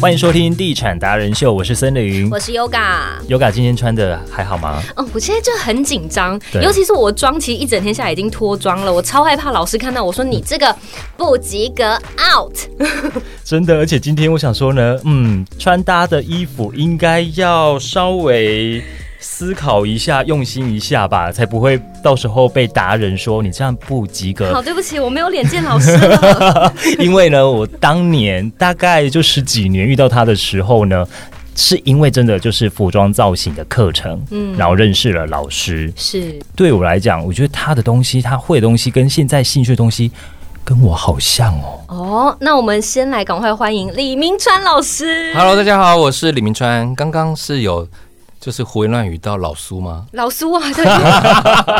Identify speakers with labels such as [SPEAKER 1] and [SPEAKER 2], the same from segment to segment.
[SPEAKER 1] 欢迎收听《地产达人秀》，我是森林
[SPEAKER 2] 我。是 Yoga。
[SPEAKER 1] Yoga 今天穿的还好吗？
[SPEAKER 2] 哦，我现在就很紧张，
[SPEAKER 1] 对
[SPEAKER 2] 尤其是我妆，其实一整天下来已经脱妆了，我超害怕老师看到我说你这个不及格 out。
[SPEAKER 1] 真的，而且今天我想说呢，嗯，穿搭的衣服应该要稍微思考一下、用心一下吧，才不会到时候被达人说你这样不及格
[SPEAKER 2] 好，。对不起，我没有脸见老师了。
[SPEAKER 1] 因为呢，我当年大概就十几年遇到他的时候呢，是因为真的就是服装造型的课程，嗯，然后认识了老师。
[SPEAKER 2] 是，
[SPEAKER 1] 对我来讲，我觉得他的东西，他会的东西跟现在兴趣的东西跟我好像哦。
[SPEAKER 2] 哦，那我们先来赶快欢迎李明川老师。
[SPEAKER 3] Hello，大家好，我是李明川。刚刚是有就是胡言乱语到老苏吗？
[SPEAKER 2] 老师哇， 对，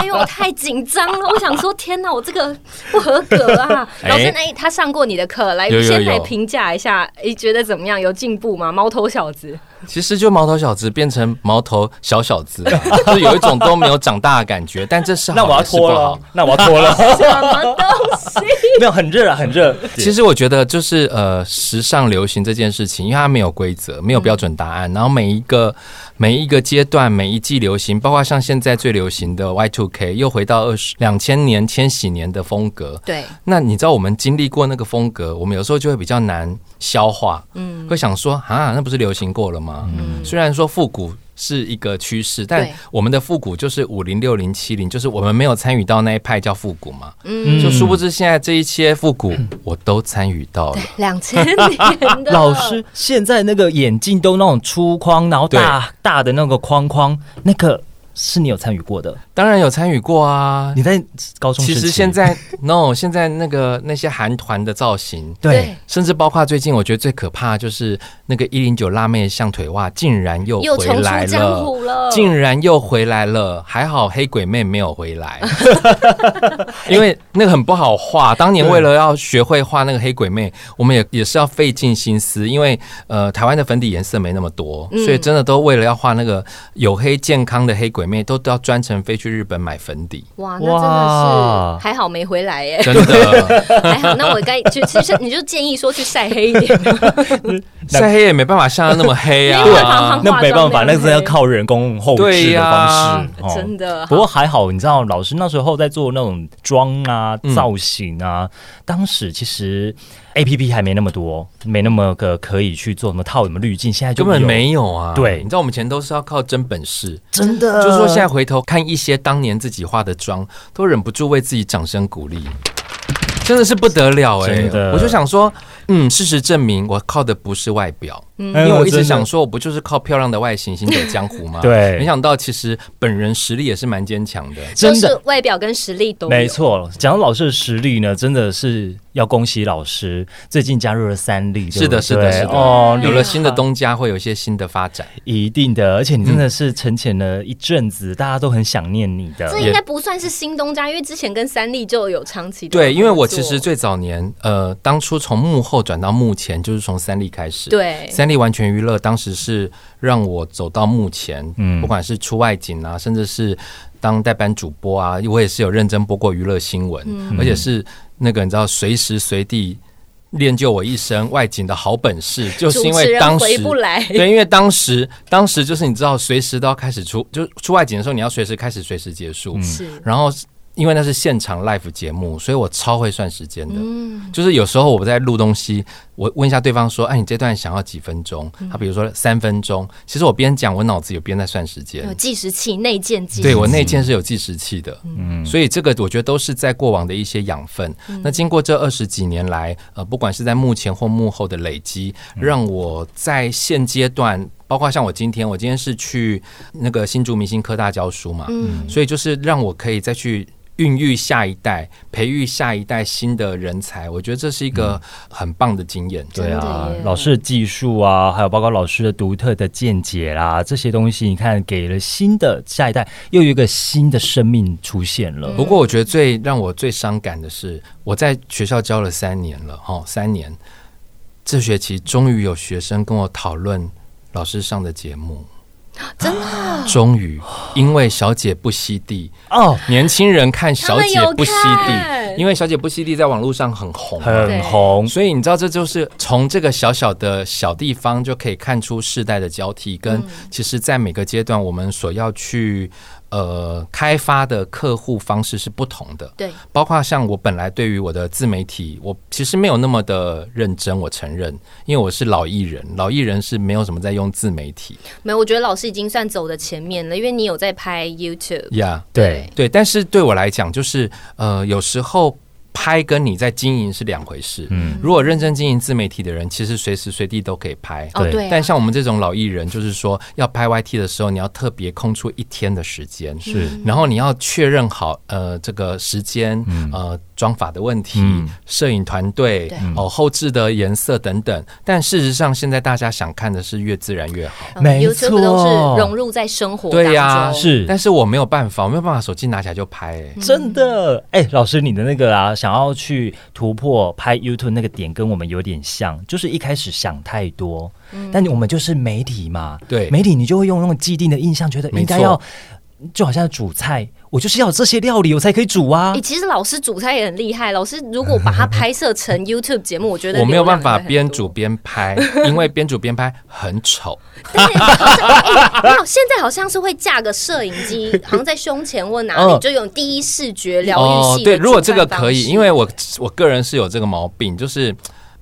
[SPEAKER 2] 因为我太紧张了，我想说，天哪，我这个不合格啊！
[SPEAKER 3] 哎
[SPEAKER 2] 老师，哎、他上过你的课，来
[SPEAKER 3] 有有
[SPEAKER 2] 先来
[SPEAKER 3] 有
[SPEAKER 2] 评价一下，哎、觉得怎么样？有进步吗？猫头小 子，
[SPEAKER 3] 其实就毛头小子变成毛头小小子 了，就是有一种都没有长大的感觉。但这是好
[SPEAKER 1] 那我要
[SPEAKER 3] 还是
[SPEAKER 1] 脱
[SPEAKER 3] 不
[SPEAKER 1] 了
[SPEAKER 3] 好。，
[SPEAKER 1] 那我要脱了。
[SPEAKER 2] 什么东西？
[SPEAKER 1] 没有，很热啊，很热。
[SPEAKER 3] 其实我觉得就是呃，时尚流行这件事情，因为它没有规则，没有标准答
[SPEAKER 1] 嗯
[SPEAKER 3] 案，然后每一个每一个阶段、每一季流行，包括像现在最流行的 Y Two K，又回到二十两千年、千禧年的风格，
[SPEAKER 2] 对，
[SPEAKER 3] 那你知道我们经历过那个风格，我们有时候就会比较难消化，嗯，会想说啊，那不是流行过了吗？嗯，虽然说复古是一个趋势，但
[SPEAKER 2] 对
[SPEAKER 3] 我们的复古就是五零六零七零，就是我们没有参与到那一派叫复古嘛，
[SPEAKER 1] 嗯
[SPEAKER 3] 就殊不知现在这一些复古我都参与到了。
[SPEAKER 2] 两千 年的
[SPEAKER 1] 老师现在那个眼镜都那种粗框，然后大大的那个框框，那个是你有参与过的。
[SPEAKER 3] 当然有参与过啊
[SPEAKER 1] 你。在高中
[SPEAKER 3] 其
[SPEAKER 1] 时
[SPEAKER 3] 实
[SPEAKER 1] 期
[SPEAKER 3] 现在 no，现在那个那些韩团的造型，
[SPEAKER 1] 对，
[SPEAKER 3] 甚至包括最近，我觉得最可怕的就是那个一零九辣妹的象腿袜竟然又
[SPEAKER 2] 又
[SPEAKER 3] 回
[SPEAKER 2] 重
[SPEAKER 3] 来
[SPEAKER 2] 出江
[SPEAKER 3] 了，
[SPEAKER 2] 湖了，
[SPEAKER 3] 竟然又回来了，还好黑鬼妹没有回来， 因为那个很不好画。当年为了要学会画那个黑鬼妹，我们也也是要费尽心思，因为呃，台湾的粉底颜色没那么多，所以真的都为了要画那个黝黑健康的黑鬼妹，都都要专程飞去日本买粉底。
[SPEAKER 2] 哇，那真的
[SPEAKER 1] 哇
[SPEAKER 2] 是还好没回来耶，
[SPEAKER 3] 真的
[SPEAKER 2] 还好。那我该就其实你就建议说去晒黑一点，
[SPEAKER 3] 晒黑也没办法像她那么黑啊
[SPEAKER 2] 没有办法放
[SPEAKER 1] 那没办法，
[SPEAKER 2] 化妆
[SPEAKER 1] 那
[SPEAKER 2] 量
[SPEAKER 1] 真的要靠人工后置
[SPEAKER 3] 对
[SPEAKER 1] 的
[SPEAKER 3] 呀
[SPEAKER 1] 方式。哦
[SPEAKER 2] 真的
[SPEAKER 1] 不。过还好，你知道，老师那时候在做那种妆啊、造型啊，当时其实 A P P 还没那么多，没那么个可以去做什么套什么滤镜，现在就
[SPEAKER 3] 根本
[SPEAKER 1] 有，
[SPEAKER 3] 没有啊！
[SPEAKER 1] 对
[SPEAKER 3] 你知道我们以前都是要靠真本事，
[SPEAKER 1] 真的
[SPEAKER 3] 就是说现在回头看一些当年自己化的妆，都忍不住为自己掌声鼓励，真的是不得了哎、
[SPEAKER 1] 真的
[SPEAKER 3] 我就想说，嗯，事实证明我靠的不是外表，
[SPEAKER 1] 因
[SPEAKER 3] 因为我一直想说，我不就是靠漂亮的外形行走江湖吗？
[SPEAKER 1] 对
[SPEAKER 3] 没想到其实本人实力也是蛮坚强的。
[SPEAKER 2] 就
[SPEAKER 1] 真的
[SPEAKER 2] 是外表跟实力都有
[SPEAKER 1] 没，错，讲到老师的实力呢，真的是要恭喜老师，最近加入了三立，
[SPEAKER 3] 是
[SPEAKER 1] 对
[SPEAKER 3] 的
[SPEAKER 1] 不对
[SPEAKER 3] 是的是的
[SPEAKER 1] 哦，
[SPEAKER 3] 有
[SPEAKER 1] 你
[SPEAKER 3] 了新的东家，会有一些新的发展。
[SPEAKER 1] 一定的，而且你真的是沉潜了一阵子，大家都很想念你的
[SPEAKER 2] 这。
[SPEAKER 3] 也
[SPEAKER 2] 应该不算是新东家，因为之前跟三立就有长期的
[SPEAKER 3] 对，因为我
[SPEAKER 2] 合作
[SPEAKER 3] 其实最早年，呃，当初从幕后转到幕前，就是从三立开始。
[SPEAKER 2] 对
[SPEAKER 3] 三立完全娱乐当时是让我走到幕前，
[SPEAKER 1] 嗯
[SPEAKER 3] 嗯，不管是出外景啊，甚至是当代班主播啊，我也是有认真播过娱乐新闻，
[SPEAKER 2] 嗯
[SPEAKER 3] 而且是那个你知道随时随地。练就我一身外景的好本事，就是
[SPEAKER 2] 主
[SPEAKER 3] 因
[SPEAKER 2] 持
[SPEAKER 3] 为当
[SPEAKER 2] 人
[SPEAKER 3] 时
[SPEAKER 2] 回不 来，
[SPEAKER 3] 对，因为当时当时就是你知道，随时都要开始出，就是出外景的时候，你要随时开始，随时结束。
[SPEAKER 2] 是
[SPEAKER 3] 然后因为那是现场 live 节目，所以我超会算时间的。就是有时候我在录东西，我问一下对方说：“哎，你这段想要几分钟？”他比如说三分钟，其实我边讲，我脑子有边在算时间
[SPEAKER 2] 有。计时器内建计时器，
[SPEAKER 3] 对我内建是有计时器的，嗯，所以这个我觉得都是在过往的一些养分。
[SPEAKER 2] 嗯
[SPEAKER 3] 那经过这二十几年来，呃，不管是在幕前或幕后的累积，让我在现阶段，包括像我今天，我今天是去那个新竹明星科大教书嘛，
[SPEAKER 2] 嗯
[SPEAKER 3] 所以就是让我可以再去。孕育下一代，培育下一代新的人才，我觉得这是一个很棒的经验。
[SPEAKER 1] 对啊
[SPEAKER 2] 真的耶，
[SPEAKER 1] 老师的技术啊，还有包括老师的独特的见解啦，这些东西，你看给了新的下一代，又有一个新的生命出现
[SPEAKER 2] 嗯
[SPEAKER 1] 了。
[SPEAKER 3] 不过我觉得最让我最伤感的是，我在学校教了三年了，哈、三年，这学期终于有学生跟我讨论老师上的节目，
[SPEAKER 2] 啊真
[SPEAKER 3] 的，终于，因为小姐不吸地，
[SPEAKER 1] 哦，
[SPEAKER 3] 年轻人看
[SPEAKER 2] 他
[SPEAKER 3] 小
[SPEAKER 2] 们
[SPEAKER 3] 姐
[SPEAKER 2] 有
[SPEAKER 3] 不吸地，
[SPEAKER 2] 看对
[SPEAKER 3] 因为小姐不犀利在网络上很红啊嘛，
[SPEAKER 1] 很红，
[SPEAKER 3] 所以你知道，这就是从这个小小的小地方就可以看出世代的交替，跟其实，在每个阶段我们所要去呃开发的客户方式是不同的。
[SPEAKER 2] 对，
[SPEAKER 3] 包括像我本来对于我的自媒体，我其实没有那么的认真，我承认，因为我是老艺人，老艺人是没有什么在用自媒体
[SPEAKER 2] 没有，我觉得老师已经算走的前面了，因为你有在拍 YouTube。
[SPEAKER 3] 呀。Yeah
[SPEAKER 1] 对，
[SPEAKER 3] 对，但是对我来讲，就是呃，有时候拍跟你在经营是两回事。
[SPEAKER 1] 嗯
[SPEAKER 3] 嗯，如果认真经营自媒体的人，其实随时随地都可以拍。
[SPEAKER 2] 哦，
[SPEAKER 1] 对
[SPEAKER 2] 对啊，
[SPEAKER 3] 但像我们这种老艺人，就是说要拍 YT 的时候，你要特别空出一天的时间，
[SPEAKER 1] 是
[SPEAKER 3] 然后你要确认好呃这个时间、呃妆法的问题、
[SPEAKER 1] 嗯
[SPEAKER 3] 摄影团队
[SPEAKER 2] 对
[SPEAKER 3] 哦后置的颜色等等。但事实上，现在大家想看的是越自然越好。
[SPEAKER 2] 嗯
[SPEAKER 1] 没错
[SPEAKER 2] YouTube 都是融入在生活当中。
[SPEAKER 3] 对呀、
[SPEAKER 1] 是
[SPEAKER 3] 但是我没有办法，我没有办法手机拿起来就拍、欸
[SPEAKER 1] 真的，哎、老师，你的那个啊，想要去突破拍 YouTube 那个点，跟我们有点像，就是一开始想太多，
[SPEAKER 2] 嗯
[SPEAKER 1] 但我们就是媒体嘛，
[SPEAKER 3] 对
[SPEAKER 1] 媒体你就会用那种既定的印象，觉得应该
[SPEAKER 3] 没错
[SPEAKER 1] 要，就好像煮菜，我就是要有这些料理我才可以煮啊
[SPEAKER 2] 诶，，其实老师煮菜也很厉害。老师如果把 它拍摄成 YouTube 节目，我觉得
[SPEAKER 3] 我没有
[SPEAKER 2] 流量
[SPEAKER 3] 办法
[SPEAKER 2] 也会很
[SPEAKER 3] 边
[SPEAKER 2] 多
[SPEAKER 3] 煮。边拍，因为边煮边拍很丑。
[SPEAKER 2] 但是好像诶没有，现在好像是会架个摄影 机，好像在胸前或哪里，
[SPEAKER 1] 嗯
[SPEAKER 2] 就有第一视觉疗愈系的煮饭方式。
[SPEAKER 3] 哦对，如果这个可以，因为我我个人是有这个毛病，就是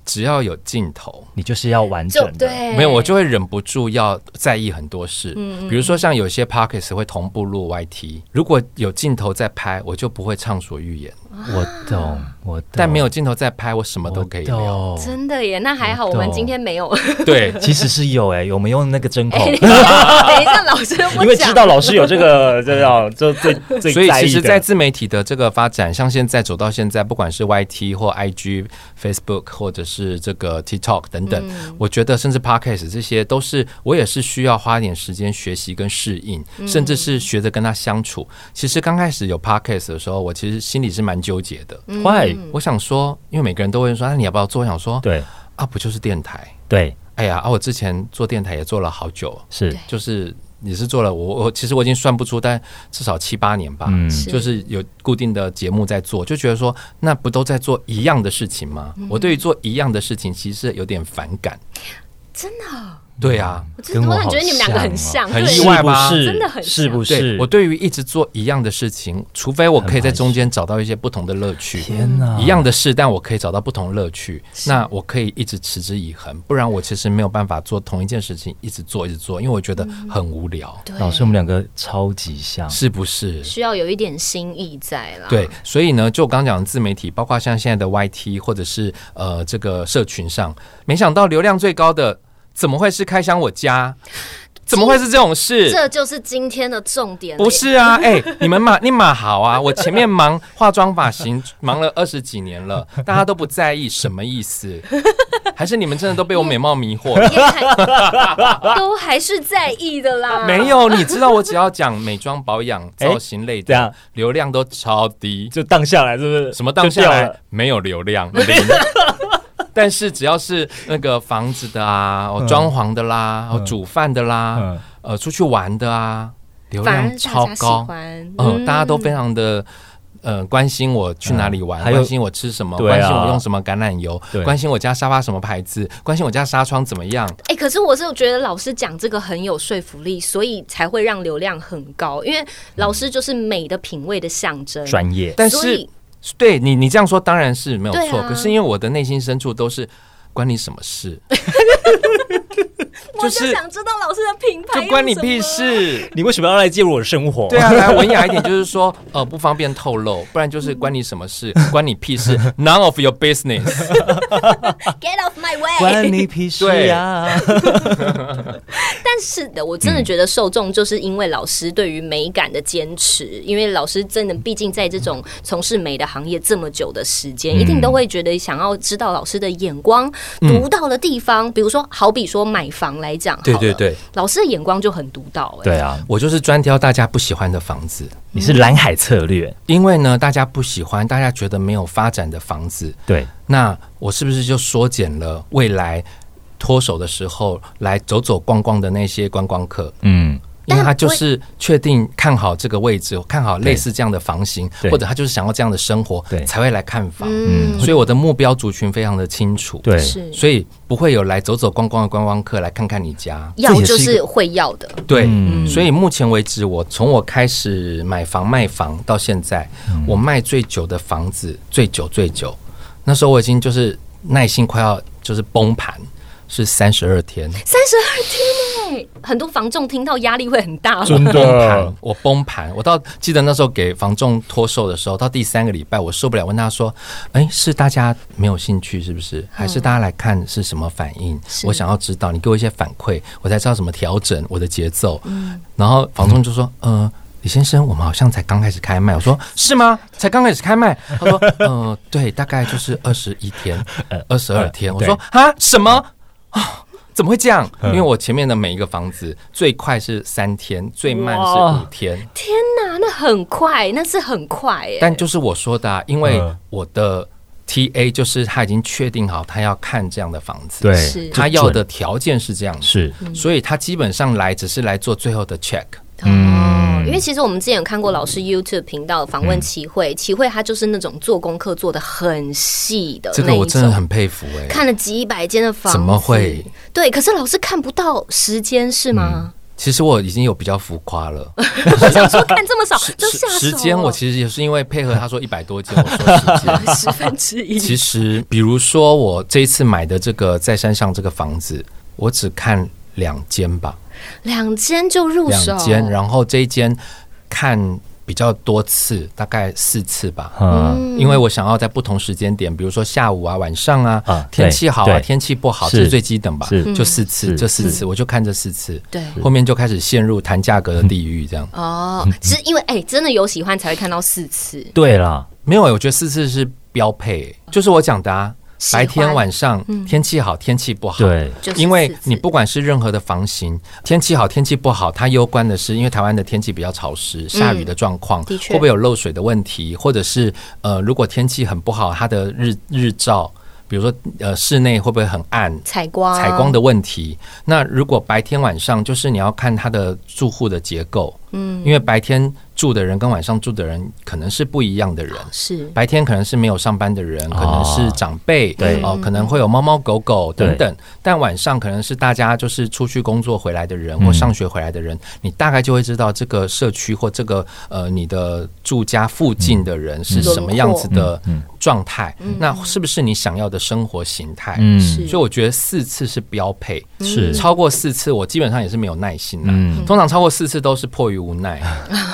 [SPEAKER 3] 只要有镜头。
[SPEAKER 1] 你就是要完整
[SPEAKER 2] 就
[SPEAKER 1] 的，
[SPEAKER 2] 对，
[SPEAKER 3] 没有，我就会忍不住要在意很多事，
[SPEAKER 2] 嗯
[SPEAKER 3] 比如说像有些 p o c k e t 会同步录 YT，如果有镜头在拍，我就不会畅所欲言；
[SPEAKER 1] 我懂，我懂，
[SPEAKER 3] 但没有镜头在拍，我什么
[SPEAKER 1] 我
[SPEAKER 3] 都可以聊。
[SPEAKER 1] 懂
[SPEAKER 2] 真的耶。那还好，我们今天 没有。
[SPEAKER 3] 对，
[SPEAKER 1] 其实是有哎、我们用那个针
[SPEAKER 2] 哎
[SPEAKER 1] 孔。
[SPEAKER 2] 等一下，老师 不
[SPEAKER 1] 因为
[SPEAKER 2] 讲
[SPEAKER 1] 知道老师有这个，这叫就最最
[SPEAKER 3] 所以
[SPEAKER 1] 在
[SPEAKER 3] 其
[SPEAKER 1] 意
[SPEAKER 3] 实，
[SPEAKER 1] 的
[SPEAKER 3] 在自媒体的这个发展，像现在走到现在，不管是 YT 或 IG、Facebook 或者是这个 TikTok 等等，我觉得甚至 Podcast 这些都是我也是需要花点时间学习跟适应，甚至是学着跟他相处。其实刚开始有 Podcast 的时候，我其实心里是蛮纠结的。
[SPEAKER 1] 坏，
[SPEAKER 2] 嗯
[SPEAKER 3] 我想说，因为每个人都会说，那、啊你要不要做？我想说，
[SPEAKER 1] 对
[SPEAKER 3] 啊，不就是电台？
[SPEAKER 1] 对
[SPEAKER 3] 哎呀，啊，我之前做电台也做了好久，
[SPEAKER 1] 是，
[SPEAKER 3] 就是也是做了我我其实我已经算不出，但至少七八年吧。
[SPEAKER 1] 嗯
[SPEAKER 2] 是
[SPEAKER 3] 就是有固定的节目在做，就觉得说那不都在做一样的事情吗？我对于做一样的事情其实有点反感。
[SPEAKER 1] 嗯
[SPEAKER 2] 真的哦，
[SPEAKER 3] 对啊，
[SPEAKER 2] 我真
[SPEAKER 1] 跟
[SPEAKER 2] 的
[SPEAKER 1] 我
[SPEAKER 2] 我感觉
[SPEAKER 1] 好
[SPEAKER 2] 得你们两个很
[SPEAKER 1] 像哦
[SPEAKER 2] 像，
[SPEAKER 3] 哦很
[SPEAKER 2] 对
[SPEAKER 3] 意外吧
[SPEAKER 1] 是不是
[SPEAKER 2] 真的很像嗯
[SPEAKER 1] 是不
[SPEAKER 3] 对
[SPEAKER 1] 是？
[SPEAKER 3] 我对于一直做一样的事情，除非我可以在中间找到一些不同的乐趣。
[SPEAKER 1] 天哪，
[SPEAKER 3] 一样的事，但我可以找到不同乐趣，那我可以一直持之以恒，不然我其实没有办法做同一件事情一直做一直做，因为我觉得很无聊，
[SPEAKER 2] 对，
[SPEAKER 1] 老师，我们两个超级像，
[SPEAKER 3] 是不是？
[SPEAKER 2] 需要有一点新意在啦。
[SPEAKER 3] 对，所以呢，就我刚讲的自媒体，包括像现在的 YT 或者是呃这个社群上，没想到流量最高的怎么会是开箱我家？怎么会是这种事？
[SPEAKER 2] 这就是今天的重点了。
[SPEAKER 3] 不是啊，哎、你们马你马好啊！ 我前面忙化妆发型，忙了二十几年了，大家都不在意，什么意思？还是你们真的都被我美貌迷惑了？
[SPEAKER 2] 也还， 都还是在意的啦。
[SPEAKER 3] 没，有，你知道我只要讲美妆保养、
[SPEAKER 1] 哎
[SPEAKER 3] 造型类
[SPEAKER 1] 这
[SPEAKER 3] 的，
[SPEAKER 1] 样
[SPEAKER 3] 流量都超低。
[SPEAKER 1] 就荡下来，是不是？
[SPEAKER 3] 什么荡下
[SPEAKER 1] 就掉
[SPEAKER 3] 来
[SPEAKER 1] 了？
[SPEAKER 3] 没有 流量，零。但是只要是那个房子的啊，哦装潢的啦，哦煮饭的啦
[SPEAKER 1] 嗯，
[SPEAKER 3] 呃出去玩的啊，流
[SPEAKER 2] 反而
[SPEAKER 3] 量
[SPEAKER 2] 大
[SPEAKER 3] 超
[SPEAKER 2] 家喜
[SPEAKER 3] 高，
[SPEAKER 2] 欢。
[SPEAKER 3] 嗯，大家都非常的。呃，关心我去哪里
[SPEAKER 1] 嗯
[SPEAKER 3] 玩，
[SPEAKER 1] 还有
[SPEAKER 3] 关心我吃什么，
[SPEAKER 1] 对啊
[SPEAKER 3] 关心我用什么橄榄油
[SPEAKER 1] 对，
[SPEAKER 3] 关心我家沙发什么牌子，关心我家纱窗怎么样，
[SPEAKER 2] 哎、可是我是觉得老师讲这个很有说服力，所以才会让流量很高，因为老师就是美的品味的象征。
[SPEAKER 1] 专业，
[SPEAKER 3] 但
[SPEAKER 2] 所
[SPEAKER 3] 是
[SPEAKER 2] 以
[SPEAKER 3] 对你，你这样说当然是没有
[SPEAKER 2] 对
[SPEAKER 3] 错。
[SPEAKER 2] 啊
[SPEAKER 3] 可是因为我的内心深处都是关你什么事，
[SPEAKER 2] 我
[SPEAKER 3] 就是
[SPEAKER 2] 就想知道老师的品牌、
[SPEAKER 3] 就关你屁。事。
[SPEAKER 1] 你为什么要来介入我的生活？
[SPEAKER 3] 对啊，来文雅一 点，就是说，呃，不方便透露，不然就是关你什么事， 关你屁事，None of your business。
[SPEAKER 2] Get off my way！哎
[SPEAKER 1] 关你屁事啊呀！
[SPEAKER 2] 但是的，我
[SPEAKER 3] 嗯
[SPEAKER 2] 真的觉得受众就是因为老师对于美感的坚持，因为老师真的毕竟在这种从事美的行业这么久的时间，一
[SPEAKER 3] 嗯
[SPEAKER 2] 定都会觉得想要知道老师的眼光独到的地方，比如说好比说买房来讲，好了，
[SPEAKER 3] 对，
[SPEAKER 2] 老师的眼光就很独到、哎，
[SPEAKER 1] 对啊，
[SPEAKER 3] 我就是专挑大家不喜欢的房子，
[SPEAKER 1] 你是蓝海策略，
[SPEAKER 3] 因为呢，大家不喜欢，大家觉得没有发展的房子，
[SPEAKER 1] 对，
[SPEAKER 3] 那我是不是就缩减了未来脱手的时候来走走逛逛的那些观光客？
[SPEAKER 1] 嗯，
[SPEAKER 3] 因为
[SPEAKER 2] 但
[SPEAKER 3] 他就
[SPEAKER 2] 不会
[SPEAKER 3] 是确定看好这个位置，看好类似这样的房型，
[SPEAKER 1] 对
[SPEAKER 3] 或者他就是想要这样的生活
[SPEAKER 1] 对，
[SPEAKER 3] 才会来看房。
[SPEAKER 2] 嗯，
[SPEAKER 3] 所以我的目标族群非常的清楚，
[SPEAKER 1] 对，
[SPEAKER 2] 是
[SPEAKER 3] 所以不会有来走走逛逛的观光客来看看你家。
[SPEAKER 2] 要
[SPEAKER 1] 这也是
[SPEAKER 2] 就
[SPEAKER 1] 一个
[SPEAKER 2] 是会要的，
[SPEAKER 3] 对，
[SPEAKER 1] 嗯
[SPEAKER 3] 所以目前为止，我从我开始买房卖房到现在，我卖最久的房子最久最久，那时候我已经就是耐心快要就是崩盘，是三十二天。
[SPEAKER 2] 三十二天哎，很多房仲听到压力会很大。哦
[SPEAKER 1] 真
[SPEAKER 3] 崩盘，，我崩盘，我到记得那时候给房仲脱售的时候，到第三个礼拜我受不了，问他说：“哎，是大家没有兴趣是不是？还是大家来看是什么反应？
[SPEAKER 2] 是
[SPEAKER 3] 我想要知道，你给我一些反馈，我才知道怎么调整我的节奏。然后房仲就说：“呃。”李先生，我们好像才刚开始开卖。我说是吗？才刚开始开卖？他说，呃，对，大概就是二十一天，二十二天。我说啊，什么？啊怎么会这样？
[SPEAKER 1] 嗯
[SPEAKER 3] 因为我前面的每一个房子最快是三天，最慢是
[SPEAKER 1] 哇
[SPEAKER 3] 五天，
[SPEAKER 2] 天哪，啊那很快，那是很快哎。
[SPEAKER 3] 但就是我说的、啊，因为
[SPEAKER 1] 嗯
[SPEAKER 3] 我的 TA 就是他已经确定好他要看这样的房子，
[SPEAKER 1] 对，
[SPEAKER 2] 是
[SPEAKER 3] 他要的条件是这样子，
[SPEAKER 1] 是
[SPEAKER 2] 嗯
[SPEAKER 3] 所以他基本上来只是来做最后的 check。嗯
[SPEAKER 2] 哦，因为其实我们之前有看过老师 YouTube 频道访问齐慧，齐慧她就是那种做功课做的很细的
[SPEAKER 3] 这
[SPEAKER 2] 呃那
[SPEAKER 3] 个
[SPEAKER 2] 一
[SPEAKER 3] 我真的
[SPEAKER 2] 种
[SPEAKER 3] 很佩服哎、
[SPEAKER 2] 看了几百间的房，
[SPEAKER 3] 怎么？会？嗯
[SPEAKER 2] 对，可是老师看不到时间是吗？
[SPEAKER 3] 其实我已经有比较浮夸了，
[SPEAKER 2] 我想说看这么少，就
[SPEAKER 3] 时
[SPEAKER 2] 下手了
[SPEAKER 3] 时间我其实也是因为配合他说一百多间，我说时间。
[SPEAKER 2] 十分之 一。
[SPEAKER 3] 其实，比如说我这一次买的这个在山上这个房子，我只看两间吧，
[SPEAKER 2] 两间就入手，
[SPEAKER 3] 两间，然后这一间看比较多次，大概四次吧。
[SPEAKER 1] 嗯，
[SPEAKER 3] 因为我想要在不同时间点，比如说下午啊、晚上啊，
[SPEAKER 1] 啊
[SPEAKER 3] 天气好啊、
[SPEAKER 1] 对对
[SPEAKER 3] 天气不好，
[SPEAKER 1] 是
[SPEAKER 3] 这是最基本吧
[SPEAKER 1] 是？
[SPEAKER 2] 嗯
[SPEAKER 3] 就四次，
[SPEAKER 1] 是
[SPEAKER 3] 这四次我就看这四次，
[SPEAKER 2] 对。
[SPEAKER 3] 后面就开始陷入谈价格的地狱，这样
[SPEAKER 1] 嗯
[SPEAKER 2] 哦，是因为哎、真的有喜欢才会看到四次，
[SPEAKER 1] 对啦，
[SPEAKER 3] 没有欸，我觉得四次是标配欸，就是我讲的啊，
[SPEAKER 2] 喜欢嗯
[SPEAKER 3] 白天晚上天气好，天气不好，
[SPEAKER 1] 对，
[SPEAKER 2] 就是
[SPEAKER 3] 因为
[SPEAKER 2] 四次
[SPEAKER 3] 你不管是任何的房型，天气好天气不好，它攸关的是，因为台湾的天气比较潮湿，下雨的状况，
[SPEAKER 2] 嗯的确
[SPEAKER 3] 会不会有漏水的问题，或者是呃，如果天气很不好，它的日日照，比如说呃，室内会不会很暗？
[SPEAKER 2] 采光
[SPEAKER 3] 采光的问题，那如果白天晚上，就是你要看它的住户的结构，嗯，因为白天住的人跟晚上住的人可能是不一样的人，
[SPEAKER 2] 是
[SPEAKER 3] 白天可能是没有上班的人，
[SPEAKER 1] 哦
[SPEAKER 3] 可能是长辈，
[SPEAKER 1] 对
[SPEAKER 2] 嗯
[SPEAKER 3] 哦，可能会有猫猫狗狗
[SPEAKER 1] 对
[SPEAKER 3] 等等。但晚上可能是大家就是出去工作回来的人，
[SPEAKER 1] 嗯
[SPEAKER 3] 或上学回来的人，你大概就会知道这个社区或这个呃你的住家附近的人
[SPEAKER 2] 嗯
[SPEAKER 3] 是什么样子的
[SPEAKER 1] 嗯嗯
[SPEAKER 3] 状态，那是不是你想要的生活形态？
[SPEAKER 2] 是
[SPEAKER 3] 嗯所以我觉得四次是标配，
[SPEAKER 1] 嗯是
[SPEAKER 3] 超过四次我基本上也是没有耐心啦。
[SPEAKER 1] 嗯
[SPEAKER 3] 通常超过四次都是迫于 无奈，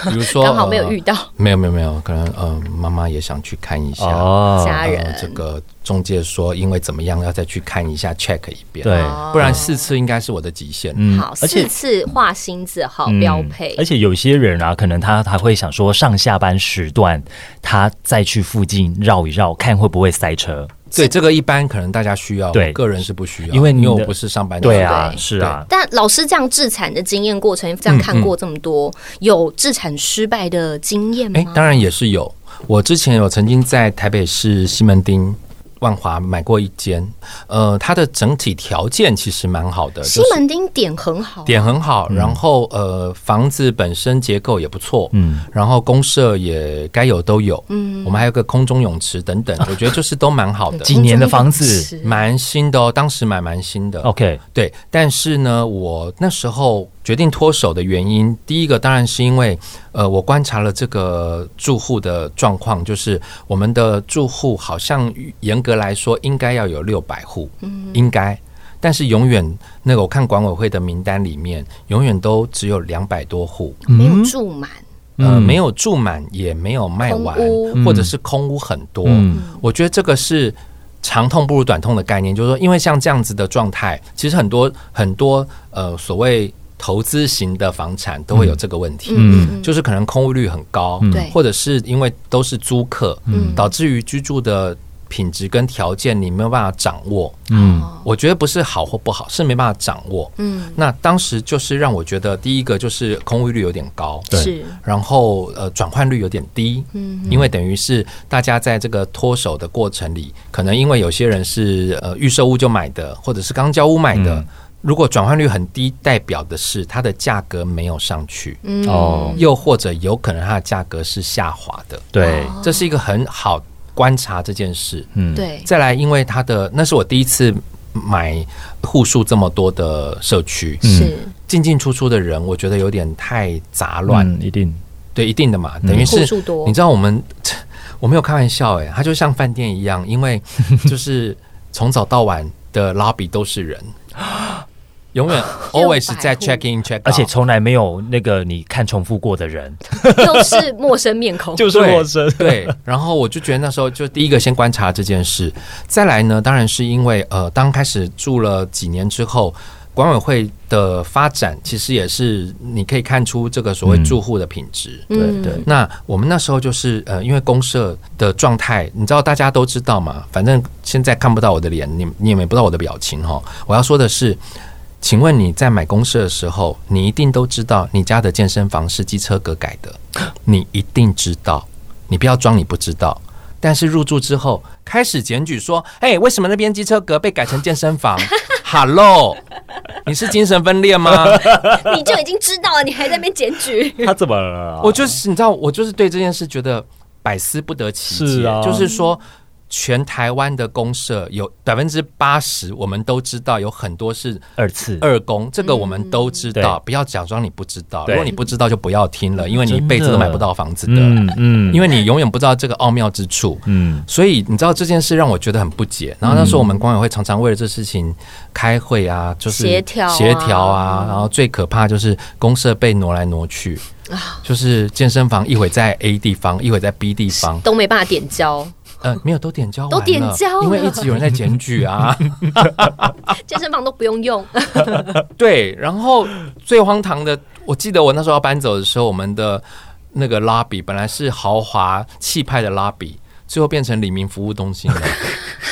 [SPEAKER 3] 比如说
[SPEAKER 2] 刚好没有
[SPEAKER 3] 呃
[SPEAKER 2] 遇到
[SPEAKER 3] 没有没有没有，可能呃，妈妈也想去看一下。
[SPEAKER 1] 哦，
[SPEAKER 2] 家
[SPEAKER 3] 呃
[SPEAKER 2] 人，
[SPEAKER 3] 这个中介说，因为怎么样要再去看一下，check 一遍。
[SPEAKER 1] 对，
[SPEAKER 3] 不然四次应该是我的极限。
[SPEAKER 1] 嗯
[SPEAKER 2] 哦好，
[SPEAKER 1] 而且
[SPEAKER 2] 四次画心字好
[SPEAKER 1] 嗯
[SPEAKER 2] 标配，
[SPEAKER 1] 而且有些人啊，可能他他会想说，上下班时段他再去附近绕一绕，看会不会塞车。
[SPEAKER 3] 对，这个一般可能大家需要，
[SPEAKER 1] 对
[SPEAKER 3] 我个人是不需要，
[SPEAKER 1] 因为
[SPEAKER 3] 因
[SPEAKER 1] 你
[SPEAKER 3] 为
[SPEAKER 1] 的
[SPEAKER 3] 我不是上班族。
[SPEAKER 1] 对啊，
[SPEAKER 2] 对
[SPEAKER 1] 是啊，
[SPEAKER 2] 但老师这样自产的经验过程，这样看过这么多，有自产失败的经验
[SPEAKER 3] 嗯哎
[SPEAKER 2] 吗？，
[SPEAKER 3] 当然也是有。我之前有曾经在台北市西门町万华买过一间，呃，它的整体条件其实蛮好的，
[SPEAKER 2] 西
[SPEAKER 3] 就是
[SPEAKER 2] 门町点很好，
[SPEAKER 3] 点很好，然后呃，房子本身结构也不错，
[SPEAKER 1] 嗯，
[SPEAKER 3] 然后公社也该有都有，嗯，我们还有个空中泳池等等，我觉得 就是都蛮好的，
[SPEAKER 1] 几年的房子
[SPEAKER 2] 公众泳池
[SPEAKER 3] 蛮新的哦，当时买蛮新的，
[SPEAKER 1] OK，
[SPEAKER 3] 对，但是呢，我那时候决定脱手的原因，第一个当然是因为，呃，我观察了这个住户的状况，就是我们的住户好像严格来说应该要有六百户，
[SPEAKER 2] 嗯
[SPEAKER 3] 应该，但是永远那个我看管委会的名单里面，永远都只有两百多户，
[SPEAKER 2] 没有住满，
[SPEAKER 3] 呃，
[SPEAKER 1] 嗯
[SPEAKER 3] 没有住满，也没有卖
[SPEAKER 2] 空
[SPEAKER 3] 完
[SPEAKER 2] 屋，嗯
[SPEAKER 3] 或者是空屋很多。
[SPEAKER 1] 嗯
[SPEAKER 3] 我觉得这个是长痛不如短痛的概念，就是说，因为像这样子的状态，其实很多很多呃所谓投资型的房产都会有这个问题。
[SPEAKER 2] 嗯，
[SPEAKER 3] 就是可能空屋率很高，
[SPEAKER 2] 对
[SPEAKER 3] 或者是因为都是租客，导致于居住的品质跟条件你没有办法掌握。
[SPEAKER 2] 哦
[SPEAKER 1] 嗯
[SPEAKER 3] 我觉得不是好或不好，是没办法掌握。
[SPEAKER 2] 嗯，
[SPEAKER 3] 那当时就是让我觉得，第一个就是空屋率有点高，
[SPEAKER 1] 对
[SPEAKER 2] 是
[SPEAKER 3] 然后呃转换率有点低，嗯，因为等于是大家在这个脱手的过程里，可能因为有些人是呃预售屋就买的，或者是刚交屋买的。如果转换率很低，代表的是它的价格没有上去，
[SPEAKER 2] 嗯
[SPEAKER 1] 哦
[SPEAKER 3] 又或者有可能它的价格是下滑的。
[SPEAKER 1] 对，
[SPEAKER 3] 这是一个很好观察这件事。
[SPEAKER 1] 嗯，
[SPEAKER 2] 对，
[SPEAKER 3] 再来，因为它的那是我第一次买户数这么多的社区，
[SPEAKER 2] 是
[SPEAKER 3] 进进出出的人，我觉得有点太杂乱。哦
[SPEAKER 1] 乱嗯一定
[SPEAKER 3] 对，一定的嘛，等于
[SPEAKER 2] 户
[SPEAKER 3] 是
[SPEAKER 2] 数多
[SPEAKER 3] 你，知道我们，我没有开玩笑哎、它就像饭店一样，因为就是从早到晚的 lobby 都是人，永远 always 在
[SPEAKER 2] 六百
[SPEAKER 3] check in check out，
[SPEAKER 1] 而且从来没有那个你看重复过的人，
[SPEAKER 2] 又是陌生面孔，
[SPEAKER 1] 就是
[SPEAKER 3] 哦对
[SPEAKER 1] 陌生。
[SPEAKER 3] 对，然后我就觉得那时候就第一个先观察这件事，再来呢，当然是因为呃，当开始住了几年之后，管委会的发展其实也是你可以看出这个所谓
[SPEAKER 1] 嗯
[SPEAKER 3] 住户的品质。
[SPEAKER 1] 对对
[SPEAKER 3] 那我们那时候就是呃，因为公社的状态，你知道大家都知道嘛，反正现在看不到我的脸，你你也没不知道我的表情哈。我要说的是，请问你在买公社的时候，你一定都知道你家的健身房是机车格改的，你一定知道，你不要装你不知道。但是入住之后开始检举说，哎、为什么那边机车格被改成健身房 ？Hello，你是精神分裂吗？
[SPEAKER 2] 你就已经知道了，你还在那边检举，
[SPEAKER 1] 他怎么了？
[SPEAKER 3] 我就是你知道，我就是对这件事觉得百思不得其解。
[SPEAKER 1] 是啊
[SPEAKER 3] 就是说，全台湾的公社有百分之八十，我们都知道有很多是
[SPEAKER 1] 二次，
[SPEAKER 3] 二公，这个我们都知道。不要假装你不知
[SPEAKER 1] 嗯
[SPEAKER 3] 道，
[SPEAKER 1] 对
[SPEAKER 3] 如果你不知道就不要听了，因为你一
[SPEAKER 1] 真的
[SPEAKER 3] 辈子都买不到房子的，
[SPEAKER 1] 嗯嗯，
[SPEAKER 3] 因
[SPEAKER 1] 为
[SPEAKER 3] 为你永远不知道这个奥妙之处。
[SPEAKER 1] 嗯
[SPEAKER 3] 所以你知道这件事让我觉得很不解，然后那时候我们管委会常常为了这事情开会啊，就是
[SPEAKER 2] 协调啊
[SPEAKER 3] 协调啊，然后最可怕就是公社被挪来挪去，
[SPEAKER 2] 啊
[SPEAKER 3] 就是健身房一会在 A 地方，一会在 B 地方，
[SPEAKER 2] 都没办法点交，
[SPEAKER 3] 呃，没有都点交完了，
[SPEAKER 2] 都点交了
[SPEAKER 3] 因为一直有人在检举啊，
[SPEAKER 2] 健身房都不用用，
[SPEAKER 3] 对，然后最荒唐的，我记得我那时候要搬走的时候，我们的那个 lobby 本来是豪华气派的 lobby，最后变成李明服务 中心了，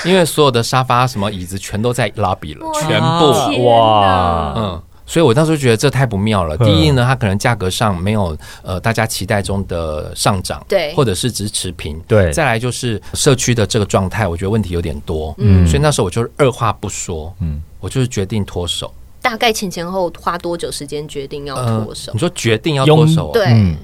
[SPEAKER 3] 因为所有的沙发、什么椅子全都在 lobby 了，
[SPEAKER 2] 哇
[SPEAKER 3] 全
[SPEAKER 1] 啊
[SPEAKER 3] 部，
[SPEAKER 2] 天
[SPEAKER 1] 哇
[SPEAKER 2] 哪
[SPEAKER 3] 嗯。所以我那时候觉得这太不妙了。
[SPEAKER 1] 嗯
[SPEAKER 3] 第一呢，它可能价格上没有呃大家期待中的上涨，
[SPEAKER 2] 对
[SPEAKER 3] 或者是只持平，
[SPEAKER 1] 对
[SPEAKER 3] 再来就是社区的这个状态，我觉得问题有点多，
[SPEAKER 1] 嗯
[SPEAKER 3] 嗯，所以那时候我就二话不说，
[SPEAKER 1] 嗯
[SPEAKER 3] 嗯，我就是决定脱手。
[SPEAKER 2] 大概前前后花多久时间决定要脱手
[SPEAKER 3] 呃你？说决定要脱手、啊？
[SPEAKER 2] 对，
[SPEAKER 1] 嗯，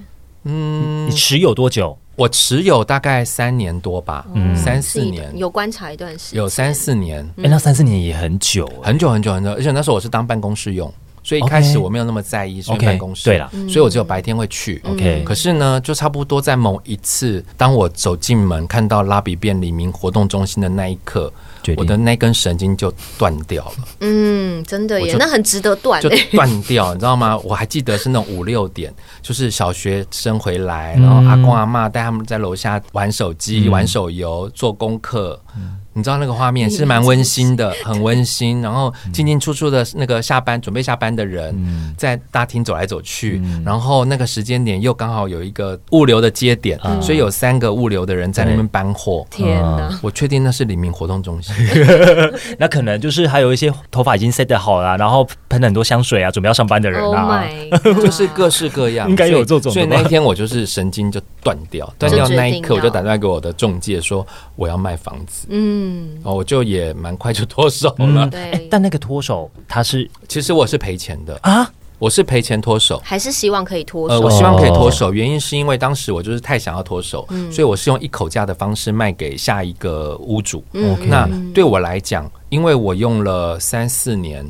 [SPEAKER 3] 嗯
[SPEAKER 1] 你，持有多久？
[SPEAKER 3] 我持有大概三年多吧，
[SPEAKER 1] 嗯
[SPEAKER 3] 三四
[SPEAKER 2] 是一
[SPEAKER 3] 年，
[SPEAKER 2] 有观察一段时间，
[SPEAKER 3] 有三四年，
[SPEAKER 1] 哎，那三四年也很久哎，
[SPEAKER 3] 很久很久很久。而且那时候我是当办公室用，所以一开
[SPEAKER 1] OK
[SPEAKER 3] 始我没有那么在意是因为
[SPEAKER 1] OK，
[SPEAKER 3] 办公室，嗯
[SPEAKER 1] 对啦
[SPEAKER 3] 所以我只有白天会去。
[SPEAKER 1] OK
[SPEAKER 3] 可是呢，就差不多在某一次，当我走进门看到拉比变黎明活动中心的那一刻
[SPEAKER 1] 决定，
[SPEAKER 3] 我的那根神经就断掉了。
[SPEAKER 2] 嗯，真的耶
[SPEAKER 3] 我，就
[SPEAKER 2] 那很值得断
[SPEAKER 3] 就
[SPEAKER 2] 欸
[SPEAKER 3] 断掉，你知道吗？我还记得是那种五六点，就是小学生回来，然后阿公阿妈带他们在楼下玩手机、玩手游、做功课。你知道那个画面是蛮温馨的，很温馨。然后进进出出的那个下班准备下班的人，在大厅走来走去，然后那个时间点又刚好有一个物流的接点，所以有三个物流的人在那边搬 货。
[SPEAKER 2] 天哪！
[SPEAKER 3] 我确定那是黎明活动中心。
[SPEAKER 1] 那可能就是还有一些头发已经 set 好了，然后喷了很多香水啊，准备要上班的人
[SPEAKER 2] Oh
[SPEAKER 1] 啊，
[SPEAKER 2] my，God
[SPEAKER 3] 嗯 就是各式各样，
[SPEAKER 1] 应该有这种的吧
[SPEAKER 3] 所以。所以那一天我就是神经就断掉，断掉那一
[SPEAKER 2] 就决定要
[SPEAKER 3] 刻我就打电话给我的中介说我要卖房子，
[SPEAKER 2] 嗯，
[SPEAKER 3] 哦，我就也蛮快就脱手了。
[SPEAKER 1] 哎
[SPEAKER 2] 对，，
[SPEAKER 1] 但那个脱手他是
[SPEAKER 3] 其实我是赔钱的，
[SPEAKER 1] 啊，
[SPEAKER 3] 我是赔钱脱手。
[SPEAKER 2] 还是希望可以脱
[SPEAKER 3] 呃，
[SPEAKER 2] 手。
[SPEAKER 3] 我希望可以脱
[SPEAKER 1] 哦
[SPEAKER 3] 手，原因是因为当时我就是太想要脱手，
[SPEAKER 2] 嗯
[SPEAKER 3] 所以我是用一口价的方式卖给下一个屋主。
[SPEAKER 2] 嗯
[SPEAKER 1] OK 啊
[SPEAKER 3] 那对我来讲，因为我用了三四年，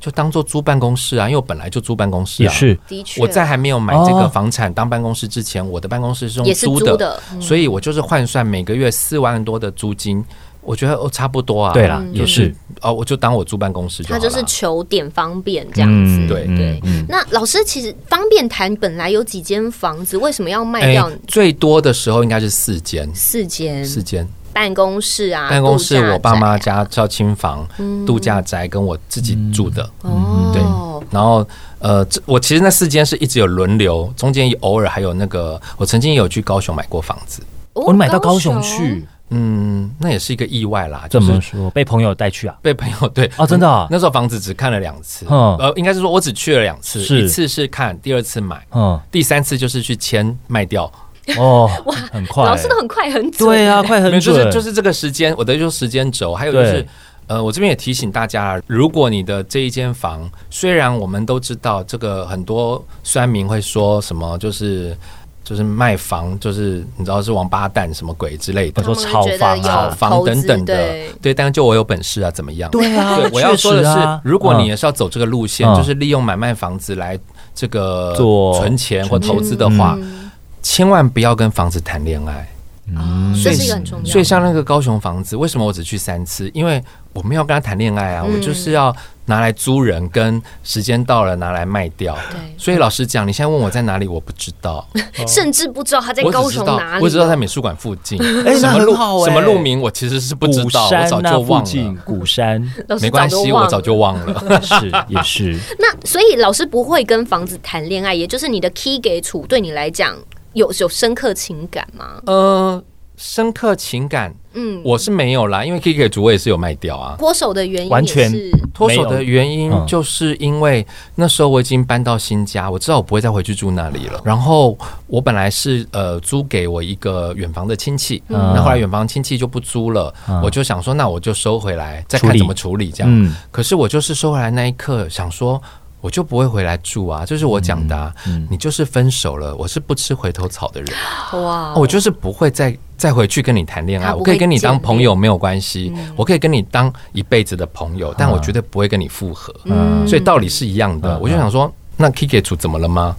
[SPEAKER 3] 就当做租办公室啊，因为我本来就租办公室啊，
[SPEAKER 2] 的确，
[SPEAKER 3] 我在还没有买这
[SPEAKER 1] 哦
[SPEAKER 3] 个房产当办公室之前，我的办公室是用
[SPEAKER 2] 也是
[SPEAKER 3] 租
[SPEAKER 2] 租的嗯
[SPEAKER 3] 所以我就是换算每个月四万多的租金，我觉得哦差不多啊。
[SPEAKER 1] 对啦也
[SPEAKER 3] 就是是哦，我就当我租办公室就
[SPEAKER 2] 嗯他
[SPEAKER 3] 好了。哎
[SPEAKER 2] 就是求点方便这样子。
[SPEAKER 1] 嗯
[SPEAKER 3] 对
[SPEAKER 2] 对
[SPEAKER 1] 嗯嗯
[SPEAKER 2] 那老师其实方便谈本来有几间房子，为什么要卖
[SPEAKER 3] 哎
[SPEAKER 2] 掉
[SPEAKER 3] 最多的时候应该是四间，
[SPEAKER 2] 四间？
[SPEAKER 3] 四间
[SPEAKER 2] 办公室啊，
[SPEAKER 3] 办公室
[SPEAKER 2] 度假，宅啊嗯
[SPEAKER 3] 我爸妈家、照亲房、度假宅跟我自己住的。
[SPEAKER 1] 嗯
[SPEAKER 3] 嗯
[SPEAKER 2] 哦，
[SPEAKER 3] 然后，呃，这我其实那四间是一直有轮流，中间偶尔还有那个，我曾经有去高雄买过房子，
[SPEAKER 2] 哦
[SPEAKER 1] 我买到高雄去，，
[SPEAKER 3] 嗯，那也是一个意外啦，就
[SPEAKER 1] 怎
[SPEAKER 3] 是
[SPEAKER 1] 么说？被朋友带去啊？
[SPEAKER 3] 被朋友对
[SPEAKER 1] 哦真的啊
[SPEAKER 3] 那时候房子只看了两次，
[SPEAKER 1] 嗯
[SPEAKER 3] 呃，应该是说我只去了两次，
[SPEAKER 1] 是
[SPEAKER 3] 一次是看，第二次买，
[SPEAKER 1] 嗯，
[SPEAKER 3] 第三次就是去签卖掉，
[SPEAKER 1] 哦，很快欸，
[SPEAKER 2] 老师都很快很准
[SPEAKER 1] 对啊，快
[SPEAKER 3] 没有
[SPEAKER 1] 很
[SPEAKER 3] 就是
[SPEAKER 1] 准，
[SPEAKER 3] 就是这个时间，我的就是时间轴，还有就
[SPEAKER 1] 对
[SPEAKER 3] 是呃，我这边也提醒大家，如果你的这一间房，虽然我们都知道这个很多酸民会说什么，就是就是卖房，就是你知道是王八蛋什么鬼之类的
[SPEAKER 1] 我，说
[SPEAKER 2] 他们
[SPEAKER 1] 炒
[SPEAKER 2] 觉得
[SPEAKER 1] 房啊
[SPEAKER 2] 有
[SPEAKER 3] 炒
[SPEAKER 2] 投
[SPEAKER 3] 房
[SPEAKER 2] 资
[SPEAKER 3] 等等的
[SPEAKER 2] 对，
[SPEAKER 3] 对，但就我有本事啊，怎么样？
[SPEAKER 1] 对啊
[SPEAKER 3] 对，我要说的
[SPEAKER 1] 确实
[SPEAKER 3] 是
[SPEAKER 1] 啊，
[SPEAKER 3] 如果你也是要走这个路线
[SPEAKER 1] 嗯，
[SPEAKER 3] 就是利用买卖房子来这个
[SPEAKER 1] 做
[SPEAKER 3] 存钱或投资的话，千万不要跟房子谈恋爱。
[SPEAKER 2] 嗯，
[SPEAKER 3] 所
[SPEAKER 2] 这
[SPEAKER 3] 以
[SPEAKER 2] 是一个很重要的。
[SPEAKER 3] 所以像那个高雄房子，为什么我只去三次？因为我没有跟他谈恋爱啊，
[SPEAKER 2] 嗯
[SPEAKER 3] 我就是要拿来租人，跟时间到了拿来卖掉。
[SPEAKER 2] 对，
[SPEAKER 3] 所以老实讲，你现在问我在哪里，我不知道，
[SPEAKER 2] 甚至不知道他在
[SPEAKER 3] 我
[SPEAKER 2] 高
[SPEAKER 3] 只知
[SPEAKER 2] 雄
[SPEAKER 3] 道
[SPEAKER 2] 哪里，啊
[SPEAKER 3] 我只知道在美术馆附近，
[SPEAKER 1] 哎
[SPEAKER 3] 什
[SPEAKER 1] 那
[SPEAKER 3] 么
[SPEAKER 1] 很
[SPEAKER 3] 路
[SPEAKER 1] 好哎
[SPEAKER 3] 什么路名我其实是不知
[SPEAKER 1] 鼓
[SPEAKER 3] 道，我
[SPEAKER 1] 山
[SPEAKER 3] 早
[SPEAKER 1] 那
[SPEAKER 3] 就
[SPEAKER 1] 附
[SPEAKER 3] 忘
[SPEAKER 1] 近
[SPEAKER 3] 了，，
[SPEAKER 1] 鼓山啊
[SPEAKER 2] 老师
[SPEAKER 3] 没关系，我早就
[SPEAKER 2] 忘了。
[SPEAKER 3] 忘了。
[SPEAKER 1] 是也是，
[SPEAKER 2] 那所以老师不会跟房子谈恋爱，也就是你的 key 给处对你来讲有有深刻情感吗？
[SPEAKER 3] 呃，深刻情感
[SPEAKER 2] 嗯，
[SPEAKER 3] 我是没有啦，因为 Kiki 主我也是有卖掉啊。
[SPEAKER 2] 脱手的原因
[SPEAKER 1] 完
[SPEAKER 2] 也
[SPEAKER 1] 全
[SPEAKER 2] 是
[SPEAKER 3] 脱手的原因
[SPEAKER 1] 没有嗯
[SPEAKER 3] 就是因为那时候我已经搬到新家，我知道我不会再回去住那里
[SPEAKER 1] 嗯
[SPEAKER 3] 了。然后我本来是呃租给我一个远房的亲戚，
[SPEAKER 1] 嗯
[SPEAKER 3] 那后来远房亲戚就不租了
[SPEAKER 1] 嗯，
[SPEAKER 3] 我就想说那我就收回来，再
[SPEAKER 1] 处
[SPEAKER 3] 看
[SPEAKER 1] 理
[SPEAKER 3] 怎么处理 这样。
[SPEAKER 1] 嗯，
[SPEAKER 3] 可是我就是收回来那一刻想说。我就不会回来住啊，这是我讲的、啊。
[SPEAKER 1] 嗯
[SPEAKER 3] 你就是分手了，我是不吃回头草的人。
[SPEAKER 2] 哇，
[SPEAKER 3] 我哦就是不会再再回去跟你谈恋爱，
[SPEAKER 2] 他不
[SPEAKER 3] 我可以跟你当朋友
[SPEAKER 2] 会
[SPEAKER 3] 没有关系，
[SPEAKER 2] 嗯
[SPEAKER 3] 我可以跟你当一辈子的朋友，但我绝对不会跟你复合，
[SPEAKER 2] 嗯
[SPEAKER 3] 所以道理是一样的。
[SPEAKER 1] 嗯
[SPEAKER 3] 我就想说，那 Kiki 组怎么了吗？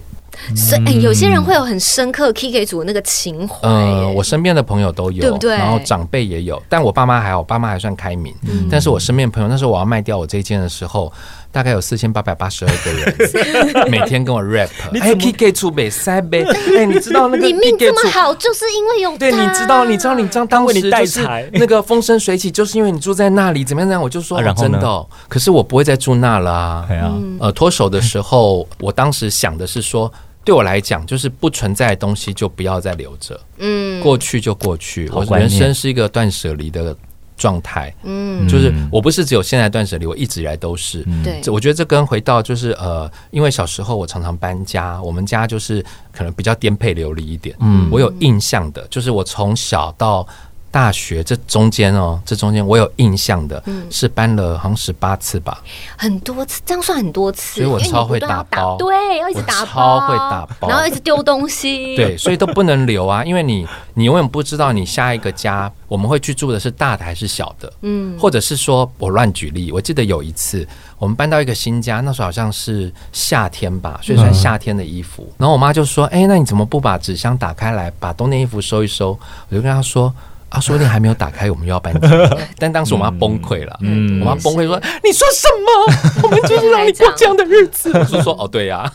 [SPEAKER 2] 所以、
[SPEAKER 3] 嗯
[SPEAKER 2] 哎有些人会有很深刻 K K 组的那个情怀、
[SPEAKER 3] 呃，我身边的朋友都有，
[SPEAKER 2] 哎对不对
[SPEAKER 3] 然后长辈也有，但我爸妈还好，我爸妈还算开明。
[SPEAKER 2] 嗯
[SPEAKER 3] 但是我身边的朋友，那时候我要卖掉我这一间的时候，大概有四千八百八十二 个人，每天跟我 rap，
[SPEAKER 1] 你
[SPEAKER 3] 哎
[SPEAKER 1] 怎么
[SPEAKER 3] ，Kiki 组北塞呗，哎，你知道那个
[SPEAKER 2] 你命
[SPEAKER 3] Kiki
[SPEAKER 2] 这
[SPEAKER 3] 组
[SPEAKER 2] 么好，就是因为有他
[SPEAKER 3] 对，你知道，你知道，你知道，当
[SPEAKER 1] 为你
[SPEAKER 3] 时
[SPEAKER 1] 带
[SPEAKER 3] 就是
[SPEAKER 1] 财
[SPEAKER 3] 那个风生水起，就是因为你住在那里，怎么样？怎么样？我就说，
[SPEAKER 1] 啊
[SPEAKER 3] 哦
[SPEAKER 1] 然后呢
[SPEAKER 3] 真的哦，可是我不会再住那了啊。
[SPEAKER 1] 哎呀，
[SPEAKER 2] 嗯
[SPEAKER 3] 呃，脱手的时候，我当时想的是说，对我来讲，就是不存在的东西就不要再留着，
[SPEAKER 2] 嗯
[SPEAKER 3] 过去就过去。
[SPEAKER 1] 好
[SPEAKER 3] 我
[SPEAKER 1] 观
[SPEAKER 3] 人
[SPEAKER 1] 念
[SPEAKER 3] 生是一个断舍离的状态，
[SPEAKER 2] 嗯，
[SPEAKER 3] 就是我不是只有现在断舍离，我一直以来都是。
[SPEAKER 2] 对
[SPEAKER 3] 这，我觉得这跟回到就是呃，因为小时候我常常搬家，我们家就是可能比较颠沛流离一点。嗯，我有印象的，就是我从小到大学这中间哦，这中间我有印象的，是搬了好像十八次吧。
[SPEAKER 2] 很多次，这样算很多次，
[SPEAKER 3] 所以我
[SPEAKER 2] 因为你
[SPEAKER 3] 超会
[SPEAKER 2] 不断要
[SPEAKER 3] 打包
[SPEAKER 2] 对，要一直打
[SPEAKER 3] 我
[SPEAKER 2] 包，
[SPEAKER 3] 超会打包
[SPEAKER 2] 然后一直丢东西，
[SPEAKER 3] 对，，所以都不能留啊，因 为你你永远不知道你下一个家我们会去住的是大的还是小的，嗯，或者是说我乱举例，我记得有一次我们搬到一个新家，那时候好像是夏天吧，所以穿夏天的衣服，然后我妈就说，哎、那你怎么不把纸箱打开来，把冬天衣服收一收？我就跟她说。啊，说不定还没有打开，我们又要搬 家了。但当时我妈崩溃了，
[SPEAKER 2] 嗯
[SPEAKER 3] 我妈崩溃说：“你说什么？ 我们就是让你过这样的日子。”我就说：“哦，对呀、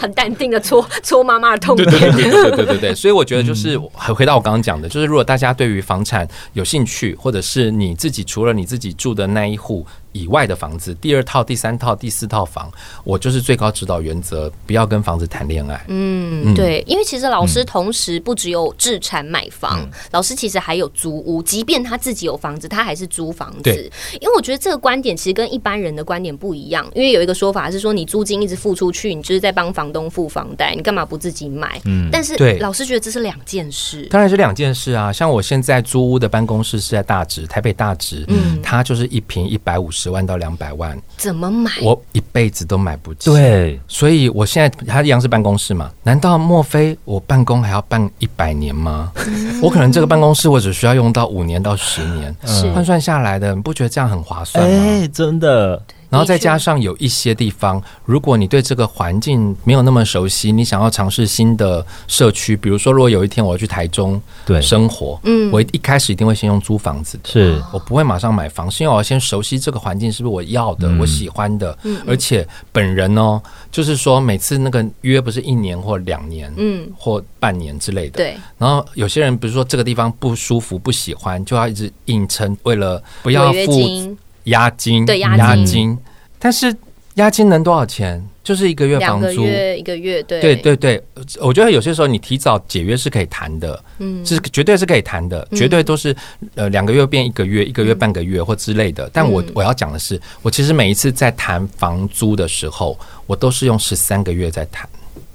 [SPEAKER 2] 很淡定的戳戳妈妈的痛点，
[SPEAKER 3] 对对对对对对，所以我觉得就是回回到我刚刚讲的，就是如果大家对于房产有兴趣，或者是你自己除了你自己住的那一户以外的房子，第二套、第三套、第四套房，我就是最高指导原则，不要跟房子谈恋爱。
[SPEAKER 2] 嗯，对，因为其实老师
[SPEAKER 3] 嗯
[SPEAKER 2] 同时不只有置产买房，老师其实还有租屋，即便他自己有房子，他还是租房子
[SPEAKER 3] 对。
[SPEAKER 2] 因为我觉得这个观点其实跟一般人的观点不一样，因为有一个说法是说你租金一直付出去，你就是在帮房东付房贷，你干嘛不自己买？但是
[SPEAKER 3] 嗯对
[SPEAKER 2] 老师觉得这是两件事。
[SPEAKER 3] 当然是两件事啊，像我现在租屋的办公室是在大直，台北大直，它就是一平一百五十万到两百万，
[SPEAKER 2] 怎么买？
[SPEAKER 3] 我一辈子都买不起。
[SPEAKER 1] 对，
[SPEAKER 3] 所以我现在它一样是办公室嘛？难道莫非我办公还要办一百年吗？
[SPEAKER 2] 嗯
[SPEAKER 3] 我可能这个办公室我只需要用到五年到十年，
[SPEAKER 2] 是
[SPEAKER 3] 换算下来的，你不觉得这样很划算吗？
[SPEAKER 1] 哎，真的，
[SPEAKER 3] 然后再加上有一些地方，如果你对这个环境没有那么熟悉，你想要尝试新的社区，比如说，如果有一天我要去台中
[SPEAKER 1] 对
[SPEAKER 3] 生活，
[SPEAKER 2] 嗯
[SPEAKER 3] 我一开始一定会先用租房子的，
[SPEAKER 1] 是
[SPEAKER 3] 我不会马上买房，是因为我要先熟悉这个环境是不是我要的、我喜欢的，
[SPEAKER 2] 嗯
[SPEAKER 3] 而且本人哦，就是说每次那个约不是一年或两年，
[SPEAKER 2] 嗯，
[SPEAKER 3] 或半年之类的，。
[SPEAKER 2] 对，
[SPEAKER 3] 然后有些人比如说这个地方不舒服、不喜欢，就要一直硬撑，为了不要
[SPEAKER 2] 违约
[SPEAKER 3] 付
[SPEAKER 2] 金
[SPEAKER 3] 押金，
[SPEAKER 2] 对押
[SPEAKER 3] 押
[SPEAKER 2] 金
[SPEAKER 3] 金，但是押金能多少钱？就是一个月
[SPEAKER 2] 两
[SPEAKER 3] 房
[SPEAKER 2] 个
[SPEAKER 3] 租，
[SPEAKER 2] 月一个月，对
[SPEAKER 3] 对对对，我觉得有些时候你提早解约是可以谈的，
[SPEAKER 2] 嗯
[SPEAKER 3] 嗯，是绝对是可以谈的，绝对都是呃两个月变一个月，一个月
[SPEAKER 2] 嗯
[SPEAKER 3] 半个月或之类的。但我我要讲的是，我其实每一次在谈房租的时候，我都是用十三个月在谈。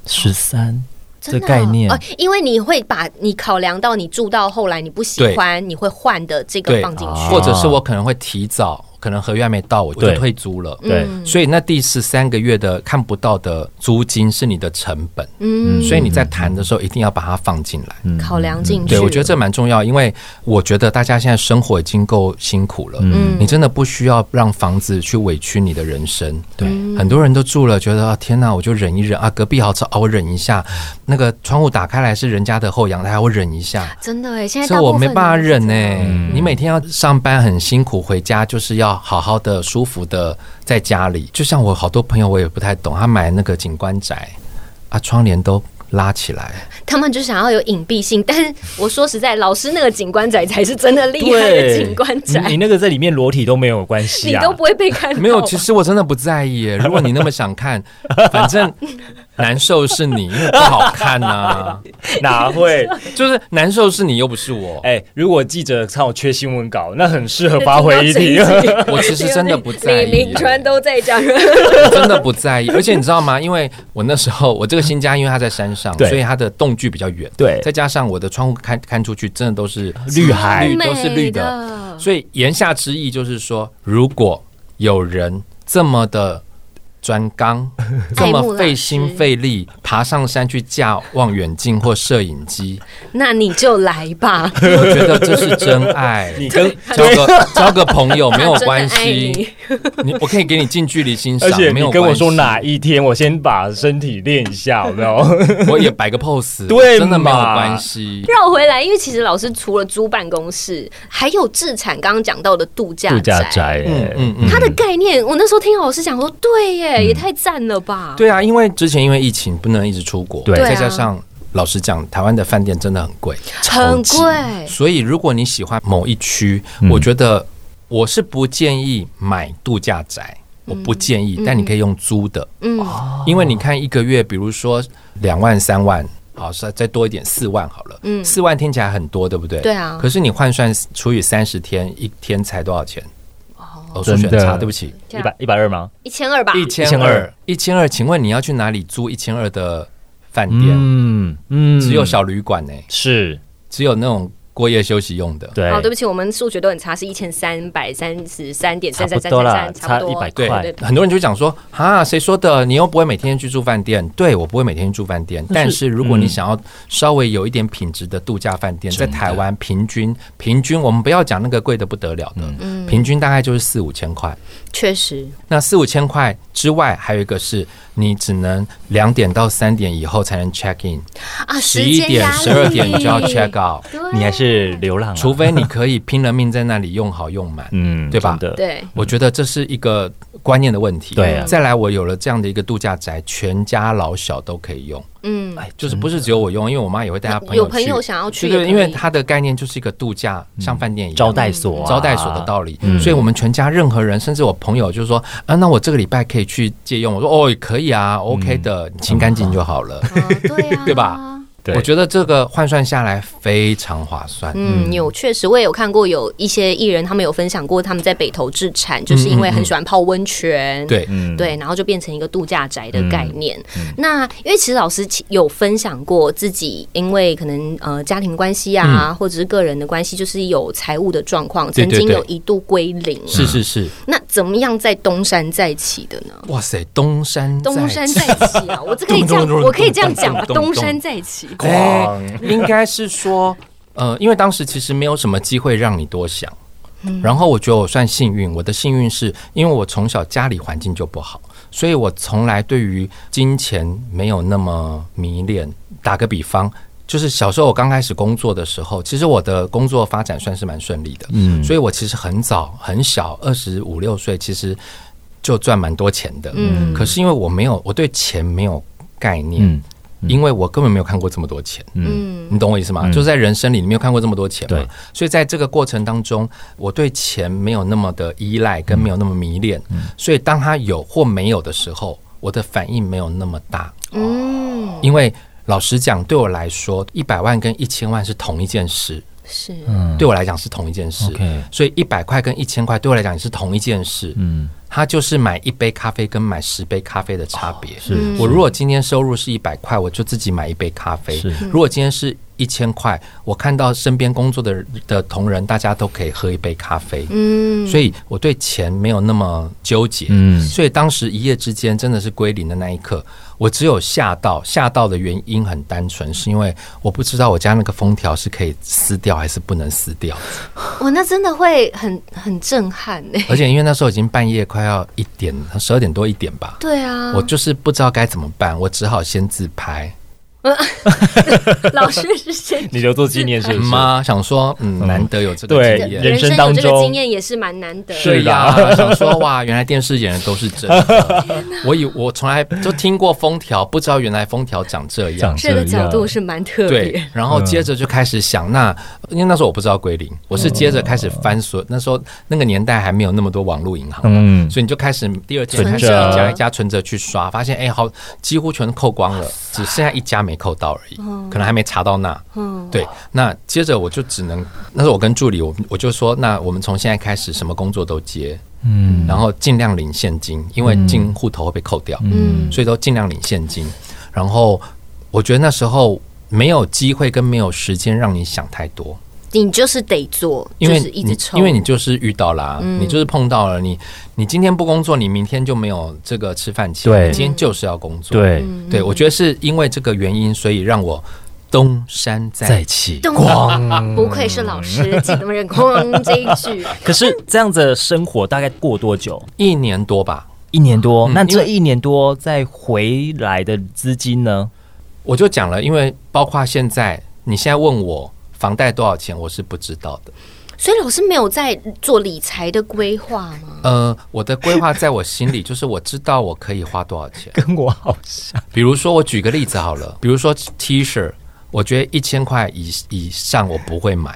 [SPEAKER 1] 十三，
[SPEAKER 2] 真的
[SPEAKER 1] 这概念
[SPEAKER 2] 哦，因为你会把你考量到你住到后来你不喜欢，你会换的这个
[SPEAKER 3] 对
[SPEAKER 2] 放进去，
[SPEAKER 1] 啊
[SPEAKER 3] 或者是我可能会提早，可能合约还没到，我就
[SPEAKER 1] 对
[SPEAKER 3] 退租了。
[SPEAKER 1] 对，
[SPEAKER 2] 嗯
[SPEAKER 3] 所以那第十三个月的看不到的租金是你的成本，
[SPEAKER 2] 嗯，
[SPEAKER 3] 所以你在谈的时候一定要把它放进来。
[SPEAKER 1] 嗯
[SPEAKER 2] 考量进去。
[SPEAKER 3] 对，我觉得这蛮重要，因为我觉得大家现在生活已经够辛苦了，
[SPEAKER 2] 嗯
[SPEAKER 3] 你真的不需要让房子去委屈你的人生。
[SPEAKER 1] 对
[SPEAKER 2] 嗯
[SPEAKER 3] 很多人都住了，觉得啊天哪，我就忍一忍啊，隔壁好吵啊，我忍一下，那个窗户打开来是人家的后阳台，我忍一下。
[SPEAKER 2] 真的哎，现在大
[SPEAKER 3] 这
[SPEAKER 2] 部
[SPEAKER 3] 我
[SPEAKER 2] 分
[SPEAKER 3] 没办法
[SPEAKER 2] 人
[SPEAKER 3] 忍欸呢、
[SPEAKER 1] 嗯
[SPEAKER 3] 你每天要上班很辛苦，回家就是要好好的、舒服的在家里。就像我好多朋友，我也不太懂，他买那个景观宅，啊，窗帘都拉起来，
[SPEAKER 2] 他们就想要有隐蔽性，但是我说实在，老师那个景观仔才是真的厉害的景观仔，
[SPEAKER 1] 你你那个在里面裸体都没有关系
[SPEAKER 2] 你
[SPEAKER 1] 啊，
[SPEAKER 2] 都不会被看到。
[SPEAKER 3] 没有。其实我真的不在意耶、如果你那么想看， 反正难受是你，因为不好看呐、
[SPEAKER 1] 哪会？
[SPEAKER 3] 就是难受是你，又不是我。
[SPEAKER 1] 哎、如果记者看我缺新闻稿，那很适合发挥一题。
[SPEAKER 3] 我其实真的不在意
[SPEAKER 2] 李明川都在讲，
[SPEAKER 3] 我真的不在意。而且你知道吗？因为我那时候我这个新家，因为它在山上，
[SPEAKER 1] 对
[SPEAKER 3] 所以它的动距比较远。
[SPEAKER 1] 对
[SPEAKER 3] 再加上我的窗户看看出去，真的都是
[SPEAKER 1] 绿海
[SPEAKER 3] 绿都是绿的。
[SPEAKER 2] 的，
[SPEAKER 3] 所以言下之意就是说，如果有人这么的。专纲 这么费心费力，爬上山去架望远镜或摄影机，
[SPEAKER 2] 那你就来吧。
[SPEAKER 3] 我觉得这是真爱。
[SPEAKER 1] 你跟
[SPEAKER 3] 交 个交个朋友没有
[SPEAKER 2] 他真的
[SPEAKER 3] 关
[SPEAKER 2] 爱你
[SPEAKER 3] 系，你我可以给你近距离欣赏
[SPEAKER 1] 而且，你
[SPEAKER 3] 没有
[SPEAKER 1] 跟我说
[SPEAKER 3] 关系
[SPEAKER 1] 哪一天，我先把身体练一下，有没 有？
[SPEAKER 3] 我也摆个 pose，
[SPEAKER 1] 对
[SPEAKER 3] 真的没有
[SPEAKER 1] 嘛
[SPEAKER 3] 关系。
[SPEAKER 2] 绕回来，因为其实老师除了租办公室，还有自产刚刚讲到的度假
[SPEAKER 1] 度假宅、
[SPEAKER 3] 嗯
[SPEAKER 1] 哎
[SPEAKER 3] 嗯嗯，
[SPEAKER 2] 它的概念，我那时候听老师讲说，对耶，也太赞了吧！
[SPEAKER 3] 对啊，因为之前因为疫情不能一直出国，
[SPEAKER 1] 对
[SPEAKER 2] 对啊
[SPEAKER 3] 再加上老实讲，台湾的饭店真的很贵，
[SPEAKER 2] 很
[SPEAKER 3] 超级
[SPEAKER 2] 贵
[SPEAKER 3] 所以如果你喜欢某一区，
[SPEAKER 1] 嗯
[SPEAKER 3] 我觉得我是不建议买度假宅。我不建议，但你可以用租的，
[SPEAKER 2] 嗯，
[SPEAKER 3] 因为你看一个月，比如说两万、三万，好，再再多一点四万好了，
[SPEAKER 2] 嗯
[SPEAKER 3] 四万听起来很多，对不对？
[SPEAKER 2] 对啊
[SPEAKER 3] 可是你换算除以三十天，一天才多少钱？哦，啊数学
[SPEAKER 1] 真的
[SPEAKER 3] 差，对不起，
[SPEAKER 1] 一百一百二吗？
[SPEAKER 2] 一千二吧，
[SPEAKER 3] 一千二
[SPEAKER 1] 1200，
[SPEAKER 3] 一千二，请问你要去哪里租一千二的饭店？
[SPEAKER 1] 嗯嗯
[SPEAKER 3] 只有小旅馆呢、
[SPEAKER 1] 是，
[SPEAKER 3] 只有那种过夜休息用的。
[SPEAKER 1] 对，
[SPEAKER 2] 好，对不起，我们数学都很差，是一千三百三十三点
[SPEAKER 1] 差不
[SPEAKER 2] 三三三
[SPEAKER 1] 多啦
[SPEAKER 2] 三，，差不
[SPEAKER 1] 一
[SPEAKER 2] 多
[SPEAKER 1] 百
[SPEAKER 3] 对
[SPEAKER 1] 块，，
[SPEAKER 3] 很多人就讲说啊，谁说的？你又不会每天去住饭店。对我不会每天住饭店，但是如果你想要稍微有一点品质的度假饭店，在台湾平均平均，我们不要讲那个贵的不得了的，平均大概就是四五千块。
[SPEAKER 2] 确实，
[SPEAKER 3] 那四五千块之外，还有一个是你只能两点到三点以后才能 check in，
[SPEAKER 2] 啊，
[SPEAKER 3] 十一点、十二点你就要 check out，
[SPEAKER 2] out
[SPEAKER 1] 你还是流浪、啊，
[SPEAKER 3] 除非你可以拼了命在那里用好用满。
[SPEAKER 1] 嗯，
[SPEAKER 3] 对吧
[SPEAKER 1] 真的，
[SPEAKER 2] 对，
[SPEAKER 3] 我觉得这是一个观念的问题。
[SPEAKER 1] 对啊
[SPEAKER 3] 再来，我有了这样的一个度假宅，全家老小都可以用，
[SPEAKER 2] 嗯，
[SPEAKER 1] 哎，
[SPEAKER 3] 就是不是只有我用，因为我妈也会带她朋友
[SPEAKER 2] 有
[SPEAKER 3] 去。
[SPEAKER 2] 朋友想要去
[SPEAKER 3] 对
[SPEAKER 2] 也可
[SPEAKER 3] 对，
[SPEAKER 2] 以，
[SPEAKER 3] 因为它的概念就是一个度假，像饭店一样
[SPEAKER 1] 招待所、啊，
[SPEAKER 3] 招待所的道理，
[SPEAKER 1] 嗯
[SPEAKER 3] 所以我们全家任何人，甚至我朋友，就是说啊，那我这个礼拜可以去借用，我说哦，可以啊，OK 的，你清干净就好了。
[SPEAKER 2] 啊对啊，
[SPEAKER 3] 对吧？
[SPEAKER 1] 嗯对，
[SPEAKER 3] 我觉得这个换算下来非常划算。
[SPEAKER 2] 嗯，有确实，我也有看过有一些艺人，他们有分享过他们在北投自产，就是因为很喜欢泡温泉，
[SPEAKER 3] 对，嗯
[SPEAKER 1] 嗯，
[SPEAKER 2] 对，然后就变成一个度假宅的概念。那因为其实老师其有分享过自己，因为可能呃家庭关系啊，或者是个人的关系，就是有财务的状况，
[SPEAKER 3] 嗯对
[SPEAKER 2] 曾
[SPEAKER 3] 对
[SPEAKER 2] 经
[SPEAKER 3] 对
[SPEAKER 2] 有一度归零啊。
[SPEAKER 3] 是是是，
[SPEAKER 2] 那怎么样在东山再起的呢？
[SPEAKER 3] 哇塞，东山再
[SPEAKER 2] 东山
[SPEAKER 3] 起
[SPEAKER 2] 再起 啊！我这可以这样，我可以这样讲吧，东山再起。
[SPEAKER 3] 哎，应该是说， 呃，因为当时其实没有什么机会让你多想。然后我觉得我算幸运，我的幸运是因为我从小家里环境就不好，所以我从来对于金钱没有那么迷恋。打个比方，就是小时候我刚开始工作的时候，其实我的工作发展算是蛮顺利的，
[SPEAKER 1] 嗯
[SPEAKER 3] 所以我其实很早很小，二十五六岁，其实就赚蛮多钱的。
[SPEAKER 2] 嗯
[SPEAKER 3] 可是因为我没有，我对钱没有概念，
[SPEAKER 1] 嗯
[SPEAKER 3] 因为我根本没有看过这么多钱。
[SPEAKER 2] 嗯
[SPEAKER 3] 你懂我意思吗？就是在人生里，你没有看过这么多钱嘛
[SPEAKER 1] 对，
[SPEAKER 3] 所以在这个过程当中，我对钱没有那么的依赖，跟没有那么迷恋，
[SPEAKER 1] 嗯
[SPEAKER 3] 所以当他有或没有的时候，我的反应没有那么大，
[SPEAKER 1] 哦
[SPEAKER 2] 嗯，
[SPEAKER 3] 因为老实讲，对我来说，一百万跟一千万是同一件事，
[SPEAKER 2] 是
[SPEAKER 1] 嗯
[SPEAKER 3] 对我来讲是同一件事，
[SPEAKER 1] OK
[SPEAKER 3] 所以一百块跟一千块对我来讲也是同一件事，
[SPEAKER 1] 嗯
[SPEAKER 3] 它就是买一杯咖啡跟买十杯咖啡的差别。
[SPEAKER 1] 是
[SPEAKER 2] 嗯
[SPEAKER 3] 我如果今天收入是一百块，我就自己买一杯咖啡
[SPEAKER 1] 是；
[SPEAKER 2] 嗯
[SPEAKER 3] 如果今天是一千块，我看到身边工作的的同仁，大家都可以喝一杯咖啡。
[SPEAKER 2] 嗯，
[SPEAKER 3] 所以我对钱没有那么纠结。
[SPEAKER 1] 嗯
[SPEAKER 3] 所以当时一夜之间真的是归零的那一刻，我只有吓到。吓到的原因很单纯，是因为我不知道我家那个封条是可以撕掉还是不能撕掉。
[SPEAKER 2] 我那真的会很很震撼 欸呢、
[SPEAKER 3] 而且因为那时候已经半夜快要一点，十二点多一点吧，
[SPEAKER 2] 对啊，
[SPEAKER 3] 我就是不知道该怎么办，我只好先自拍。
[SPEAKER 2] 老师是先
[SPEAKER 1] 你留作纪念是不是？
[SPEAKER 3] 妈想说，嗯，
[SPEAKER 1] 嗯
[SPEAKER 3] 难得有这个
[SPEAKER 1] 对
[SPEAKER 3] 经验。
[SPEAKER 1] 人生
[SPEAKER 2] 生
[SPEAKER 1] 当
[SPEAKER 2] 有这个
[SPEAKER 1] 中
[SPEAKER 2] 经验也是蛮难得的。
[SPEAKER 1] 是
[SPEAKER 3] 对呀，想说哇，原来电视演的都是 真的。我以我从来就听过封条，不知道原来封条长这样
[SPEAKER 1] 长。
[SPEAKER 2] 这个角度
[SPEAKER 1] 这样
[SPEAKER 2] 是蛮特
[SPEAKER 3] 对
[SPEAKER 2] 别，，
[SPEAKER 3] 然后接着就开始想，那因为那时候我不知道归零，我是接着开始翻所，那时候那个年代还没有那么多网络银行，
[SPEAKER 1] 嗯，
[SPEAKER 3] 所以你就开始第二天
[SPEAKER 1] 存
[SPEAKER 3] 开始一
[SPEAKER 1] 折
[SPEAKER 3] 家一家存折去刷，发现哎、好，几乎全扣光 了，只剩下一家没扣到而已，可能还没查到那。
[SPEAKER 2] 嗯，
[SPEAKER 3] 对，那接着我就只能，那时候我跟助理，我我就说，那我们从现在开始什么工作都接，
[SPEAKER 1] 嗯
[SPEAKER 3] 然后尽量领现金，因为进户头会被扣掉，
[SPEAKER 2] 嗯
[SPEAKER 3] 所以都尽量领现金。然后我觉得那时候没有机会跟没有时间让你想太多，
[SPEAKER 2] 你就是得做，
[SPEAKER 3] 因
[SPEAKER 2] 就
[SPEAKER 3] 为
[SPEAKER 2] 是一直
[SPEAKER 3] 你
[SPEAKER 2] 抽，
[SPEAKER 3] 因为你就是遇到啦、
[SPEAKER 2] 嗯
[SPEAKER 3] 你就是碰到了你，你今天不工作，你明天就没有这个吃饭钱，
[SPEAKER 1] 对
[SPEAKER 3] 你今天就是要工作。
[SPEAKER 1] 对，
[SPEAKER 2] 嗯
[SPEAKER 3] 对，我觉得是因为这个原因，所以让我东山再
[SPEAKER 1] 在
[SPEAKER 3] 起。
[SPEAKER 1] 起。
[SPEAKER 2] 咣， 不愧是老师，记得人咣这一 句，
[SPEAKER 1] 可是这样子的生活大概过多久？
[SPEAKER 3] 一年多吧，
[SPEAKER 1] 一年多。
[SPEAKER 3] 嗯
[SPEAKER 1] 那
[SPEAKER 3] 因
[SPEAKER 1] 这
[SPEAKER 3] 为
[SPEAKER 1] 一年多再回来的资金呢？
[SPEAKER 3] 我就讲了，因为包括现在，你现在问我房贷多少钱，我是不知道的。
[SPEAKER 2] 所以老师没有在做理财的规划吗？
[SPEAKER 3] 呃，我的规划在我心里，就是我知道我可以花多 少钱。
[SPEAKER 1] 跟我好像。
[SPEAKER 3] 比如说，我举个例子好了，比如说 T 恤，我觉得一千块以以上我不会买。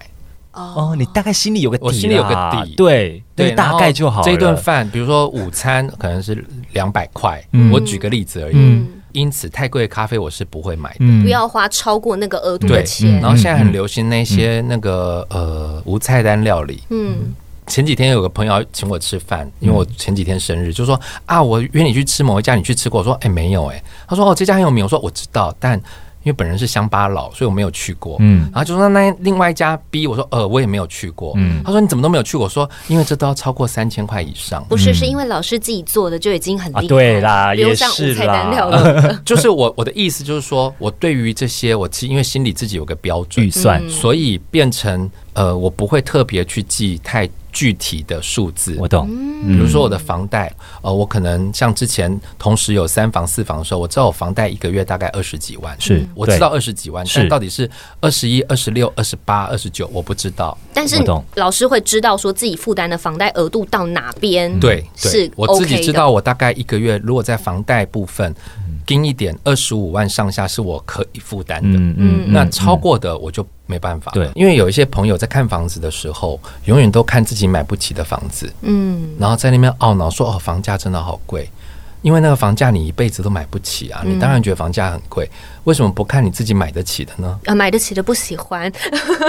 [SPEAKER 2] 哦，
[SPEAKER 1] 哦，你大概心里有个底啦，
[SPEAKER 3] 我心里有个底
[SPEAKER 1] 对对，
[SPEAKER 3] 然
[SPEAKER 1] 大
[SPEAKER 3] 后
[SPEAKER 1] 概就好了。
[SPEAKER 3] 这一顿饭，比如说午餐可 能是两百块，
[SPEAKER 1] 嗯
[SPEAKER 3] 我举个例子而已。
[SPEAKER 1] 嗯
[SPEAKER 3] 因此，太贵的咖啡我是不会买的。
[SPEAKER 1] 嗯
[SPEAKER 2] 不要花超过那个额度的
[SPEAKER 3] 对，
[SPEAKER 2] 钱
[SPEAKER 3] 然，后现在很流行那些
[SPEAKER 1] 嗯
[SPEAKER 3] 那个呃无菜单料理，
[SPEAKER 2] 嗯，
[SPEAKER 3] 前几天有个朋友请我吃饭，
[SPEAKER 1] 嗯
[SPEAKER 3] 因为我前几天生日，就说啊，我约你去吃某一家，你去吃过？我说哎、没有哎、他说哦这家很有名，我说我知道，但因为本人是乡巴佬，所以我没有去过。
[SPEAKER 1] 嗯
[SPEAKER 3] 然后就说那另外一家 B，我说呃我也没有去过。
[SPEAKER 1] 嗯
[SPEAKER 3] 他说你怎么都没有去过？我说因为这都要超过三千块以上。
[SPEAKER 2] 不是，是因为老师自己做的就已经很厉害
[SPEAKER 1] 啊对啦
[SPEAKER 2] 不用
[SPEAKER 1] 也
[SPEAKER 2] 上
[SPEAKER 1] 是
[SPEAKER 2] 午菜单
[SPEAKER 1] 啦
[SPEAKER 2] 料理。
[SPEAKER 3] 就是我我的意思就是说，我对于这些我其实因为心里自己有个标准
[SPEAKER 1] 预，算，
[SPEAKER 2] 嗯
[SPEAKER 3] 所以变成呃我不会特别去记太具体的数字。
[SPEAKER 1] 我嗯懂。
[SPEAKER 3] 比如说我的房贷，呃，我可能像之前同时有三房四房的时候，我知道我房贷一个月大概二十几万，
[SPEAKER 1] 是
[SPEAKER 3] 我
[SPEAKER 1] 对
[SPEAKER 3] 知道二十几万，
[SPEAKER 1] 是
[SPEAKER 3] 但到底是二十一、二十六、二十八、二十九，我不知道。
[SPEAKER 2] 但是
[SPEAKER 1] 我懂
[SPEAKER 2] 老师会知道说自己负担的房贷额度到哪
[SPEAKER 1] 嗯
[SPEAKER 2] 边，
[SPEAKER 3] 嗯对，
[SPEAKER 2] 是
[SPEAKER 3] 对我自
[SPEAKER 2] OK
[SPEAKER 3] 己
[SPEAKER 2] 的
[SPEAKER 3] 知道，我大概一个月如果在房贷部分
[SPEAKER 1] 嗯
[SPEAKER 3] 盯一点，二十五万上下是我可以负担的。
[SPEAKER 1] 嗯嗯，
[SPEAKER 3] 那超过的我就没办法，
[SPEAKER 1] 对
[SPEAKER 3] 因为有一些朋友在看房子的时候，永远都看自己买不起的房子，
[SPEAKER 2] 嗯，
[SPEAKER 3] 然后在那边懊恼说：“哦，房价真的好贵。”因为那个房价你一辈子都买不起啊，
[SPEAKER 2] 嗯
[SPEAKER 3] 你当然觉得房价很贵，为什么不看你自己买得起的呢？
[SPEAKER 2] 呃，买得起的不喜欢，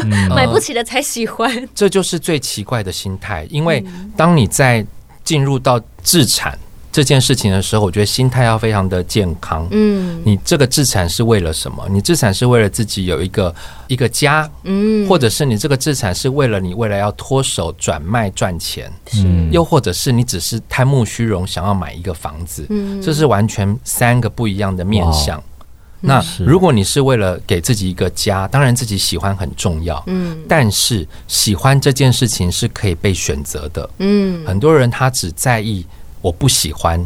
[SPEAKER 3] 嗯
[SPEAKER 2] 买不起的才喜欢。
[SPEAKER 3] 这就是最奇怪的心态。因为
[SPEAKER 2] 嗯
[SPEAKER 3] 当你在进入到自产这件事情的时候，我觉得心态要非常的健康。
[SPEAKER 2] 嗯
[SPEAKER 3] 你这个自产是为了什么？你自产是为了自己有一个一个家，
[SPEAKER 2] 嗯，
[SPEAKER 3] 或者是你这个自产是为了你未来要脱手转卖赚钱，
[SPEAKER 2] 是
[SPEAKER 3] 又或者是你只是贪慕虚荣，想要买一个房子，
[SPEAKER 2] 嗯
[SPEAKER 3] 这是完全三个不一样的面向。那
[SPEAKER 1] 是
[SPEAKER 3] 如果你是为了给自己一个家，当然自己喜欢很重要，
[SPEAKER 2] 嗯
[SPEAKER 3] 但是喜欢这件事情是可以被选择的。
[SPEAKER 2] 嗯
[SPEAKER 3] 很多人他只在意我不喜欢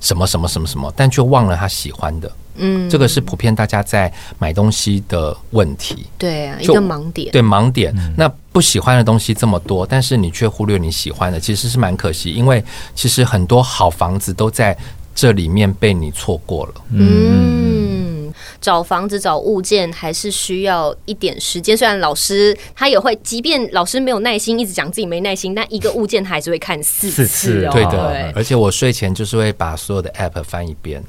[SPEAKER 3] 什么什么什么什么，但却忘了他喜欢的。
[SPEAKER 2] 嗯，
[SPEAKER 3] 这个是普遍大家在买东西的问题。
[SPEAKER 2] 对啊，一
[SPEAKER 3] 就
[SPEAKER 2] 个盲点。
[SPEAKER 3] 对盲点。
[SPEAKER 1] 嗯
[SPEAKER 3] 那不喜欢的东西这么多，但是你却忽略你喜欢的，其实是蛮可惜。因为其实很多好房子都在这里面被你错过了。
[SPEAKER 2] 嗯，找房子、找物件还是需要一点时间。虽然老师他也会，即便老师没有耐心，一直讲自己没耐心，但一个物件他还是会看四
[SPEAKER 1] 四
[SPEAKER 2] 次
[SPEAKER 1] 次
[SPEAKER 2] 哦。
[SPEAKER 1] 哦
[SPEAKER 3] 对的，而且我睡前就是会把所有的 app 翻一遍。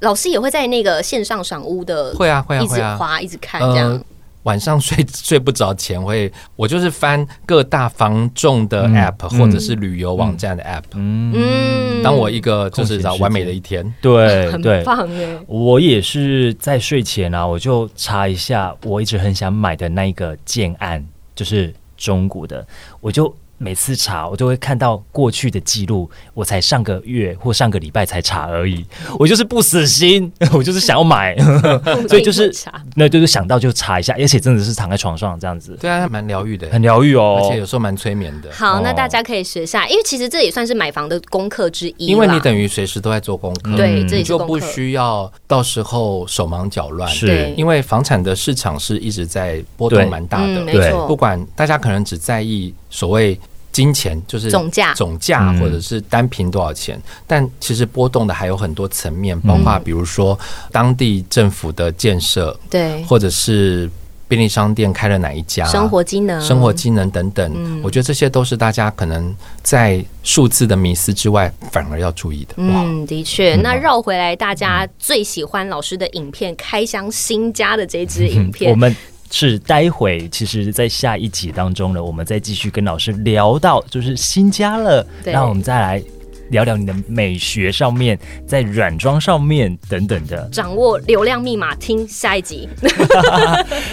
[SPEAKER 2] 老师也会在那个线上赏屋的
[SPEAKER 3] 会啊，会啊，
[SPEAKER 2] 一
[SPEAKER 3] 会
[SPEAKER 2] 直
[SPEAKER 3] 啊。
[SPEAKER 2] 滑，一直看这样。
[SPEAKER 3] 呃晚上睡 睡不着前会，我就是翻各大房仲的
[SPEAKER 1] 嗯
[SPEAKER 3] app、
[SPEAKER 1] 嗯
[SPEAKER 3] 或者是旅游网站的 app，、
[SPEAKER 1] 嗯，
[SPEAKER 2] 嗯，
[SPEAKER 3] 当我一个就是
[SPEAKER 1] 空闲
[SPEAKER 3] 找
[SPEAKER 1] 时间
[SPEAKER 3] 完美的一天。
[SPEAKER 1] 对
[SPEAKER 2] 很
[SPEAKER 1] 对，
[SPEAKER 2] 棒哎，
[SPEAKER 1] 我也是在睡前啊，我就查一下我一直很想买的那一个建案，就是中古的，我就每次查，我就会看到过去的记录，我才上个月或上个礼拜才查而已， 我就是不死心， 我就是想要买， 所以就是
[SPEAKER 2] 固定会查
[SPEAKER 1] 那就是想到就查一下，而且真的是躺在床上这样子，
[SPEAKER 3] 对啊，蛮疗愈的，
[SPEAKER 1] 很疗愈哦
[SPEAKER 3] 而。且有时候蛮催眠的，
[SPEAKER 2] 好，那
[SPEAKER 1] 哦
[SPEAKER 2] 大家可以学下，因为其实这也算是买房的功课之一啦，
[SPEAKER 3] 因为你等于随时都在做功课，
[SPEAKER 2] 对，
[SPEAKER 1] 嗯
[SPEAKER 2] 这也
[SPEAKER 3] 你
[SPEAKER 2] 是
[SPEAKER 3] 就
[SPEAKER 2] 功
[SPEAKER 3] 不
[SPEAKER 2] 课。
[SPEAKER 3] 需要到时候手忙脚乱。
[SPEAKER 1] 是
[SPEAKER 2] 对
[SPEAKER 3] 因为房产的市场是一直在波
[SPEAKER 1] 对
[SPEAKER 3] 动蛮大的，
[SPEAKER 2] 嗯，没
[SPEAKER 1] 对
[SPEAKER 3] 不
[SPEAKER 2] 错，
[SPEAKER 3] 管大家可能只在意所谓金钱，就是
[SPEAKER 2] 总价
[SPEAKER 3] 总价
[SPEAKER 1] 嗯
[SPEAKER 3] 或者是单瓶多少钱，但其实波动的还有很多层面，包
[SPEAKER 1] 嗯
[SPEAKER 3] 括比如说当地政府的建设，
[SPEAKER 2] 对，
[SPEAKER 3] 或者是便利商店开了哪一家，
[SPEAKER 2] 生活机能，
[SPEAKER 3] 啊生活机能等等，
[SPEAKER 2] 嗯
[SPEAKER 3] 我觉得这些都是大家可能在数字的迷思之外，反而要注意的。哇，
[SPEAKER 2] 嗯，的确。那绕回来，大家最喜欢老师的影片《开箱新家》的这支影片，
[SPEAKER 1] 嗯
[SPEAKER 3] 嗯
[SPEAKER 1] 我们是待会，其实，在下一集当中呢，我们再继续跟老师聊到就是新家了，
[SPEAKER 2] 对
[SPEAKER 1] 那我们再来聊聊你的美学上面，在软装上面等等的。
[SPEAKER 2] 掌握流量密码，听下一 集。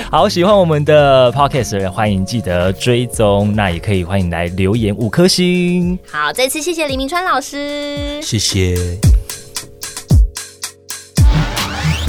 [SPEAKER 1] 好，喜欢我们的 podcast，的人欢迎记得追踪，那也可以欢迎来留言五颗星。
[SPEAKER 2] 好，再次谢谢李明川老师。
[SPEAKER 3] 谢谢。